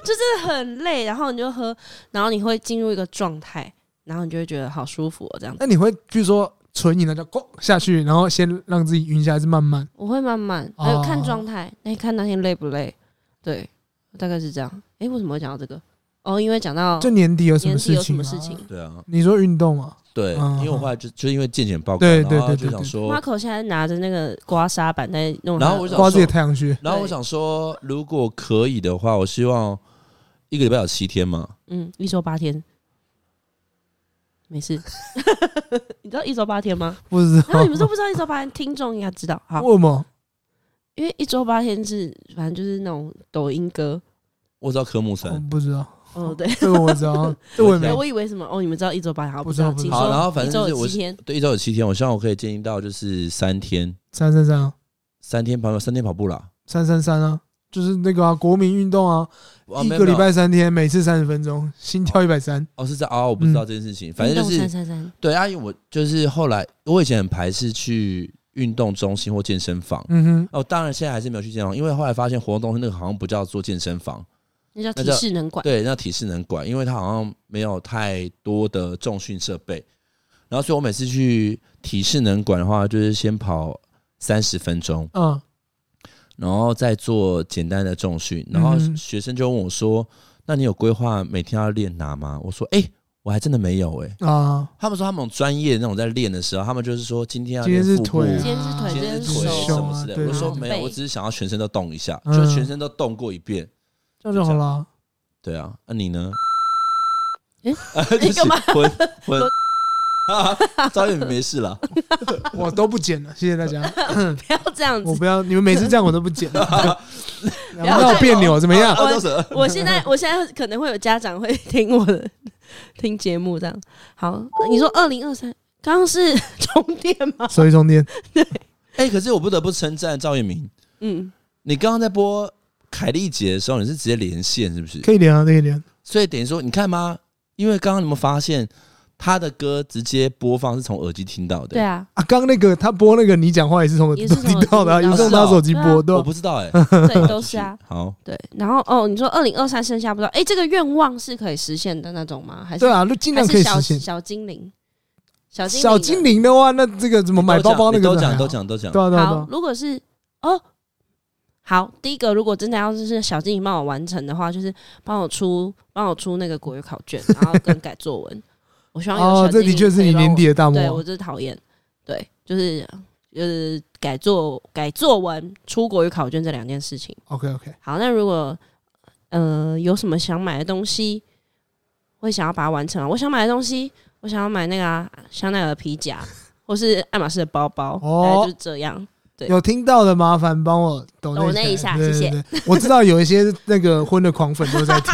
S7: 就是很累，然后你就喝，然后你会进入一个状态，然后你就会觉得好舒服、哦、这样子。
S3: *laughs* 那你会比如说纯饮的就咣下去，然后先让自己晕下来，还是慢慢？
S7: 我会慢慢，
S3: 哦
S7: 还有看状态，那、看那天累不累，对，大概是这样。诶，为什么会讲到这个？哦，因为讲到
S3: 就年底有什
S7: 年
S3: 么
S7: 纪
S3: 事
S7: 有什
S3: 情？
S7: 么事情？
S6: 对啊，
S3: 你说运动嗯啊？
S6: 对，
S3: 嗯
S6: 因为我后来就就是因为健检报告，
S3: 对对
S6: 然后
S3: 对
S6: 就
S3: 对
S6: 想
S3: 对
S6: 说，
S7: Marco 现在拿着那个刮痧板在弄他的，
S6: 然后我就
S3: 刮自己的
S6: 想
S3: 太
S6: 说，
S3: 阳穴。
S6: 然后我想说，如果可以的话，我希望一个礼拜有七天嘛，
S7: 嗯，一周八天，没事。 *laughs* 你知道一周八天吗？
S3: 不知
S7: 然后
S3: 道
S7: *laughs* 你们都不知道一周八天，听众应该知道。好，
S3: *laughs* 为什么？
S7: 因为一周八天是反正就是那种抖音歌。
S6: 我知道科目
S3: 我
S6: 三。
S3: 不知道，
S7: 哦，
S6: *laughs*
S7: 对，
S3: 这个我知道，这我也没
S7: 哎，我以为什么哦，你们知道一周八天，好
S3: 不
S7: 不
S3: 知道不知
S7: 请
S3: 道
S7: 说
S6: 好，然后反正
S7: 一周
S6: 就是
S7: 有
S6: 我
S7: 七天，
S6: 对一周有七天，我希望我可以建议到就是三天，
S3: 三三三啊，
S6: 三天跑三天跑步啦，
S3: 三三三啊，就是那个啊，国民运动啊，
S6: 哦
S3: 一
S6: 没有
S3: 个
S6: 没
S3: 礼
S6: 有
S3: 拜三天，每次三十分钟，心跳一百三。
S6: 哦是这样哦，我不
S3: 嗯
S6: 知道这件事情，反正就
S7: 运动三
S6: 是
S7: 三三，
S6: 对啊，因为我就是后来我以前很排斥去运动中心或健身房。
S3: 嗯
S6: 哦，当然现在还是没有去健身房，因为后来发现活动中心那个好像不叫做健身房，
S7: 那叫
S6: 那
S7: 体
S6: 叫
S7: 适能馆。
S6: 对，那体适能馆，因为它好像没有太多的重训设备，然后所以我每次去体适能馆的话，就是先跑三十分钟，
S3: 哼，嗯，
S6: 然后再做简单的重训，然后
S3: 嗯
S6: 学生就问我说：“那你有规划每天要练哪吗？”我说：“哎、我还真的没有哎、
S3: 啊，
S6: 他们说他们有专业那种在练的时候，他们就是说今天要
S3: 今天
S6: 练
S3: 是
S6: 腹部，
S3: 腿啊，
S7: 今天是腿
S6: 今天是
S7: 今
S6: 腿
S7: 天是手
S6: 什么之类的。
S3: 对啊
S6: 我就说
S7: 对
S6: 没有，
S7: 背
S6: 我只是想要全身都动一下，
S3: 嗯
S6: 就全身都动过一遍。
S3: 这样就好了。
S6: 对啊，那、你呢？
S7: *laughs* 诶
S6: 啊 *laughs* 就是
S7: 干嘛
S6: 混混啊，早点没事了。
S3: 我都不剪了，谢谢大家。 *laughs*
S7: 不要这样
S3: 我
S7: 子。
S3: 不要，你们每次这样我都不剪，
S7: *laughs*
S3: 让
S7: 要
S3: 我别扭怎么样？
S6: 啊，就是
S7: *laughs* 我现在我现在可能会有家长会 *laughs* 听我的听节目这样。好，你说二零二三刚刚是 *laughs* 充电吗？
S3: 手机充电，
S6: 哎，可是我不得不称赞赵彦明，
S7: 嗯，
S6: 你刚刚在播凯丽姐的时候，你是直接连线是不是？
S3: 可以连啊，可以连。
S6: 所以等于说，你看吗？因为刚刚你们发现他的歌直接播放是从耳机听到的。
S7: 对啊，
S3: 啊，刚刚那个他播那个， *laughs* 你讲话也是从我
S7: 也是从我
S3: 听到的啊，
S7: 听
S3: 也
S7: 到
S3: 是
S7: 的
S3: 从他手机播
S6: 我
S3: 的。
S6: 不知道哎、
S7: 对， *laughs* 都
S3: *laughs*
S7: 是啊，
S6: 好，
S7: 对。然后哦，你说二零二三剩下不知道，哎，这个愿望是可以实现的那种吗？还是
S3: 对啊，就尽
S7: 还
S3: 量可
S7: 是
S3: 以
S7: 小
S3: 实现。
S7: 小精灵，小精
S3: 小
S7: 精
S3: 精。灵的话，那这个怎么买包包那
S6: 哎
S3: 个
S6: 都
S3: 真的
S6: 讲
S3: 还好
S6: 都，讲都讲。
S3: 对啊对啊对
S7: 好
S3: 啊，，
S7: 如果是哦，好，第一个，如果真的要是小精灵帮我完成的话，就是帮我出帮我出那个国语考卷，然后跟改作文。我希望有 *laughs*
S3: 哦
S7: 小，精
S3: 这
S7: 灵
S3: 的确是啊
S7: 可以
S3: 你
S7: 帮
S3: 年
S7: 我
S3: 底的大
S7: 对我
S3: 魔。
S7: 就是讨厌，对，就是呃改作改作文、出国与考卷这两件事情。
S3: OK OK，
S7: 好，那如果呃有什么想买的东西，会想要把它完成啊？我想买的东西，我想要买那个、啊、香奈儿皮夹，或是爱马仕的包包，
S3: 哦
S7: 大概就是这样。对
S3: 有听到的麻烦帮我抖
S7: 抖内一下
S3: 对
S7: 谢谢
S3: 对对我知道有一些那个婚的狂粉都在
S7: *laughs*
S3: 听，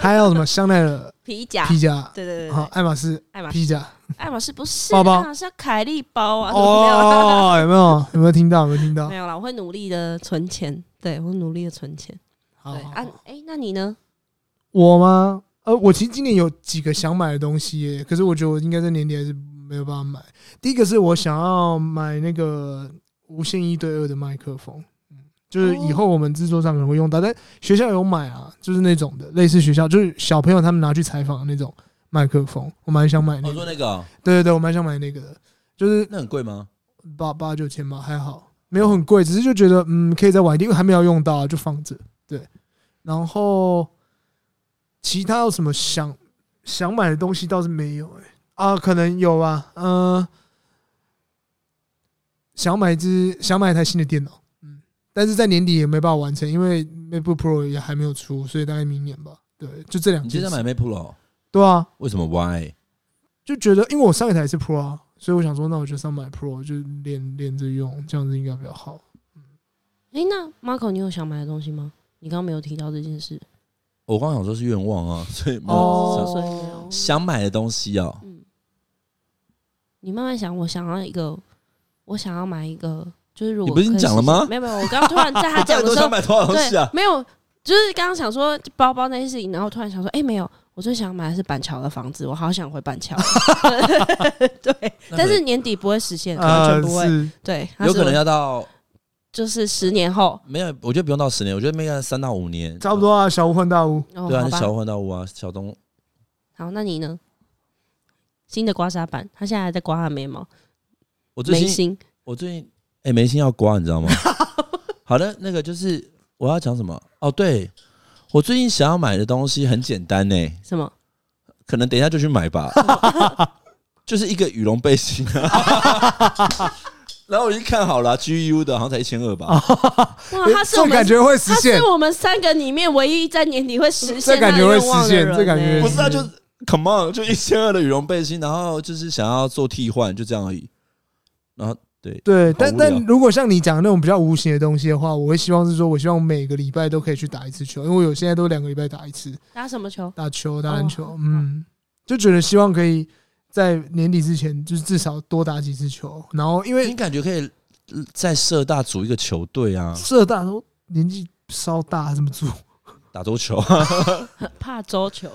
S3: 他要什么香奈儿
S7: 皮夹，
S3: 皮夹，
S7: 对对对
S3: 好
S7: 对，
S3: 爱马仕
S7: 爱马仕，
S3: 皮夹，
S7: 爱马仕不是，
S3: 包包
S7: 爱马仕要凯利包啊，没有
S3: *laughs*
S7: 啦，
S3: 哦，有没有有没有听到？有没有听到
S7: 没？有啦，我会努力的存钱，对我会努力的存钱。
S3: 好
S7: 对，
S3: 好
S7: 啊
S3: 好，
S7: 哎，那你呢？
S3: 我吗？呃，我其实今年有几个想买的东西耶，可是我觉得我应该在年底还是没有办法买。第一个是我想要买那个无线一对二的麦克风，嗯，就是以后我们制作上可能会用到，但学校有买啊，就是那种的，类似学校啊就是小朋友他们拿去采访的那种麦克风，我蛮想买那
S6: 我
S3: 个。
S6: 说那个哦
S3: 对对对，我蛮想买那个的，就是
S6: 那很贵吗？
S3: 八八九千吧，还好，没有很贵，只是就觉得嗯，可以再晚一点，因为还没有用到、啊，就放着。对，然后其他有什么想想买的东西倒是没有、欸，啊，可能有吧，嗯、想买一只想买一台新的电脑，嗯，但是在年底也没办法完成，因为 MacBook Pro 也还没有出，所以大概明年吧。对，就这
S7: 嗯
S3: 两
S6: 你
S3: 件
S6: 现在
S3: 事。
S6: 买 Mac Pro，
S3: 对啊，
S6: 为什么 Why？
S3: 就觉得因为我上一台是 Pro 啊，所以我想说，那我就上买 Pro，就连连着用，这样子应该比较好。
S7: 哎，那 Marco，你有想买的东西吗？你刚刚没有提到这件事，
S6: 我刚刚想说是愿望啊， *laughs* 所以没有
S3: 哦
S6: 想
S7: 所以没有。
S6: 想买的东西哦。
S7: 嗯，你慢慢想，我想要一个，我想要买一个，就是如
S6: 你
S7: 果
S6: 不是已经
S7: 可以
S6: 讲了
S7: 实现
S6: 吗
S7: 没有没有，我刚刚突然在他讲
S6: 到
S7: 的
S6: 底
S7: 时
S6: *laughs* 想
S7: 候，
S6: 买多少东西
S7: 对
S6: 啊，？
S7: 没有，就是刚刚想说包包那些事情，然后突然想说，哎、没有，我最想买的是板桥的房子，我好想回板桥。 *laughs*
S6: 那
S7: 对，
S6: 可能啊
S7: 但是年底不会实现，完全不会。
S3: 呃是
S7: 对，它
S6: 有
S7: 是
S6: 可能
S7: 我
S6: 要到
S7: 就是十年后。
S6: 没有，我觉得不用到十年，我觉得没有三到五年，
S3: 差不多啊，小巫换大巫。
S7: 哦，
S6: 对啊，
S7: 好
S6: 你
S7: 吧，
S6: 小换到五啊，小东
S7: 好，那你呢？新的刮痧板，他现在还在刮他眉毛，
S6: 我最
S7: 眉
S6: 近
S7: 心。
S6: 我最近哎、眉心要刮，你知道
S7: *laughs*
S6: 吗？好的，那个就是我要讲什么哦？对我最近想要买的东西很简单呢、
S7: 什么？
S6: 可能等一下就去买吧， *laughs* 就是一个羽绒背心、啊。 *laughs* 然后我已经看好了、g 啊 u 的好像才一千二吧，
S3: 哦
S7: 哇，他是
S3: 这
S7: 我们
S3: 感觉会实
S7: 他
S3: 现
S7: 是，我们三个里面唯一在年底会实
S3: 这
S7: 现
S3: 感
S7: 他
S3: 觉会
S7: 愿望
S3: 实
S7: 的
S3: 现
S7: 人、欸。
S3: 这感觉
S6: 不是啊，就是 come on，就一千二的羽绒背心，然后就是想要做替换，就这样而已。然后对，
S3: 对，
S6: 好
S3: 但
S6: 无聊
S3: 但如果像你讲的那种比较无形的东西的话，我会希望是说，我希望每个礼拜都可以去打一次球，因为我有现在都两个礼拜打一次，
S7: 打什么球？
S3: 打球、打篮球
S7: 哦，
S3: 嗯，就觉得希望可以在年底之前，就是至少多打几次球，然后因
S6: 你
S3: 为
S6: 感觉可以呃在社大组一个球队啊，
S3: 社大都年纪稍大，怎么做？
S6: 打桌球，啊
S3: *laughs*
S7: 怕桌球。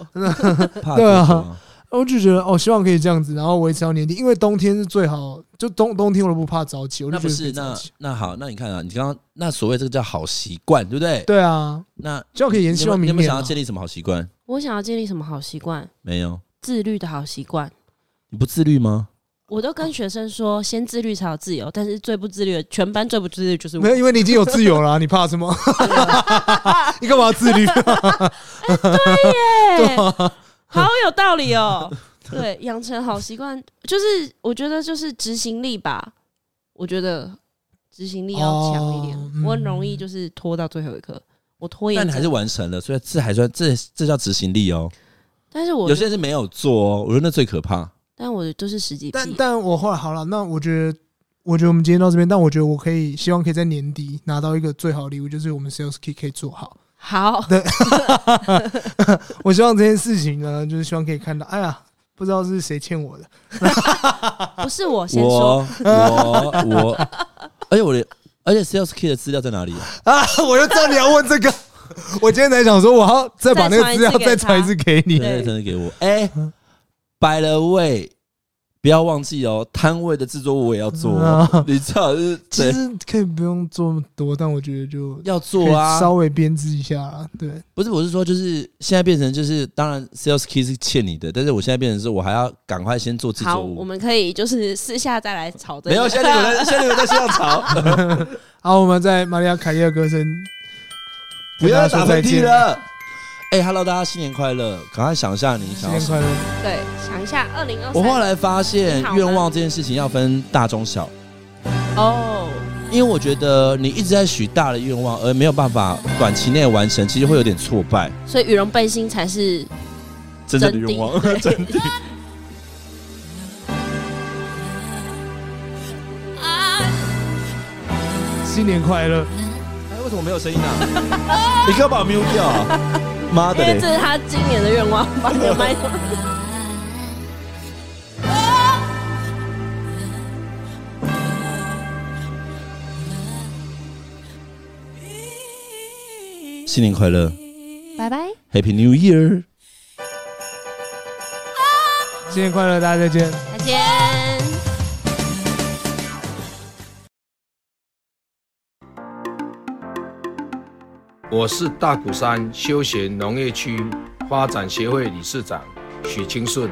S6: 怕
S3: 对啊
S6: 桌球啊
S3: 我就觉得哦，希望可以这样子，然后维持到年底，因为冬天是最好，就冬冬天我都不怕早起，我就
S6: 那
S3: 觉
S6: 不
S3: 得可
S6: 是
S3: 以早
S6: 那
S3: 起。
S6: 那好，那你看啊，你刚刚那所谓这个叫好习惯，对不对？
S3: 对啊，
S6: 那
S3: 这样可以延
S6: 你
S3: 续
S6: 有
S3: 到
S6: 没有你有
S3: 明
S6: 没有
S3: 年
S6: 想
S3: 啊
S6: 要。建立什么好习惯？
S7: 我想要建立什么好习惯？
S6: 没有，
S7: 自律的好习惯。
S6: 你不自律吗？
S7: 我都跟学生说，先自律才有自由，但是最不自律的，全班最不自律的就是我
S3: 没。有，因为你已经有自由了啊、你怕
S6: *laughs*
S3: 什么？你干嘛要自律？ *laughs*
S7: 对，
S3: 啊
S7: 好有道理哦。对，养成好习惯，就是我觉得就是执行力吧。我觉得执行力要强一点，
S3: 哦嗯
S7: 我很容易就是拖到最后一刻，我拖延
S6: 但
S7: 症。
S6: 你还是完成了，所以这还算这这叫执行力哦。
S7: 但是我
S6: 有些人是没有做哦，我觉得那最可怕。
S7: 但我就是十几
S3: 但
S7: 批。
S3: 但我后来好了，那我觉得，我觉得我们今天到这边，但我觉得我可以，希望可以在年底拿到一个最好的礼物，就是我们 sales key 可以
S6: *laughs*
S3: 做好。
S7: 好，
S3: 我希望这件事情呢，就是希望可以看到，哎呀，不知道是谁
S6: *laughs*
S3: 欠我的，
S7: 不是我先说，
S6: 我我我，而且我的而且 sales key 的资料在哪里？
S7: *laughs*
S3: 啊，我就知道你要问这
S6: *laughs*
S3: 个。我今天才想说，我要再把那个资料再
S7: 再
S3: 传
S7: 传
S3: 一
S7: 一
S3: 次
S7: 次
S3: 给你。
S6: 对，真的给我。哎，by the way，不要忘记哦，摊位的制作我也要做
S3: 啊
S6: 哦，你知道就是
S3: 其
S6: 对
S3: 实可以不用做那么多，但我觉得就
S6: 要
S3: 可
S6: 做啊
S3: 以，稍微编织一下啦。对，
S6: 不是，我是说，就是现在变成就是，当然 sales key 是欠你的，但是我现在变成是我还要赶快先做制
S7: 好，
S6: 作
S7: 我
S6: 物。
S7: 们可以就是私下再来吵这个。
S6: 没有，现在你们在，现在你们在炫耀潮，
S3: *laughs* 好，我们在玛利亚凯莉的歌声，
S6: 不要再打
S3: 再
S6: 喷嚏
S3: 见，
S6: 了。哎、h e l l o 大家新年快乐！赶快想一下你
S3: 新
S6: 想要
S3: 年
S6: 什
S3: 快
S6: 么。
S3: 乐。
S7: *laughs* 对，想一下二零二
S6: 我后
S7: 三。
S6: 来发现，愿望这件事情要分大中小。
S5: 哦，
S6: 因为我觉得你一直在许大的愿望，而没有办法短期内完成，其实会有点挫败。
S7: 所以羽绒背心才是
S6: 真正的愿望，真的。
S3: 新年快乐！
S6: *laughs* 哎，为什么没有声音呢、你给我把我 mute 掉、啊！妈的
S7: 因 *laughs* 为这
S6: 嘞！
S7: 是他今年的愿望，
S6: *laughs*
S7: 把你的麦克
S6: 新年快乐
S7: 拜拜。
S6: ，Happy New Year！
S3: 新年快乐，大家再见。
S7: 再见。
S1: 我是大鼓山休闲农业区发展协会理事长许清顺，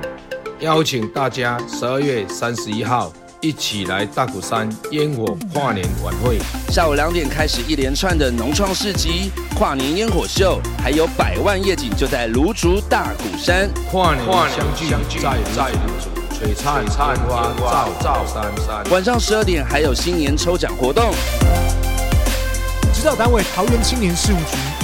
S1: 邀请大家十二月三十一号一起来大鼓山烟火跨年晚会。
S2: 下午两点开始一连串的农创市集、跨年烟火秀，还有百万夜景，就在芦竹大鼓山。
S1: 跨年相聚，在在民族，璀璨璨花照照山山。
S2: 晚上十二点还有新年抽奖活动。
S8: 指导单位桃园青年事务局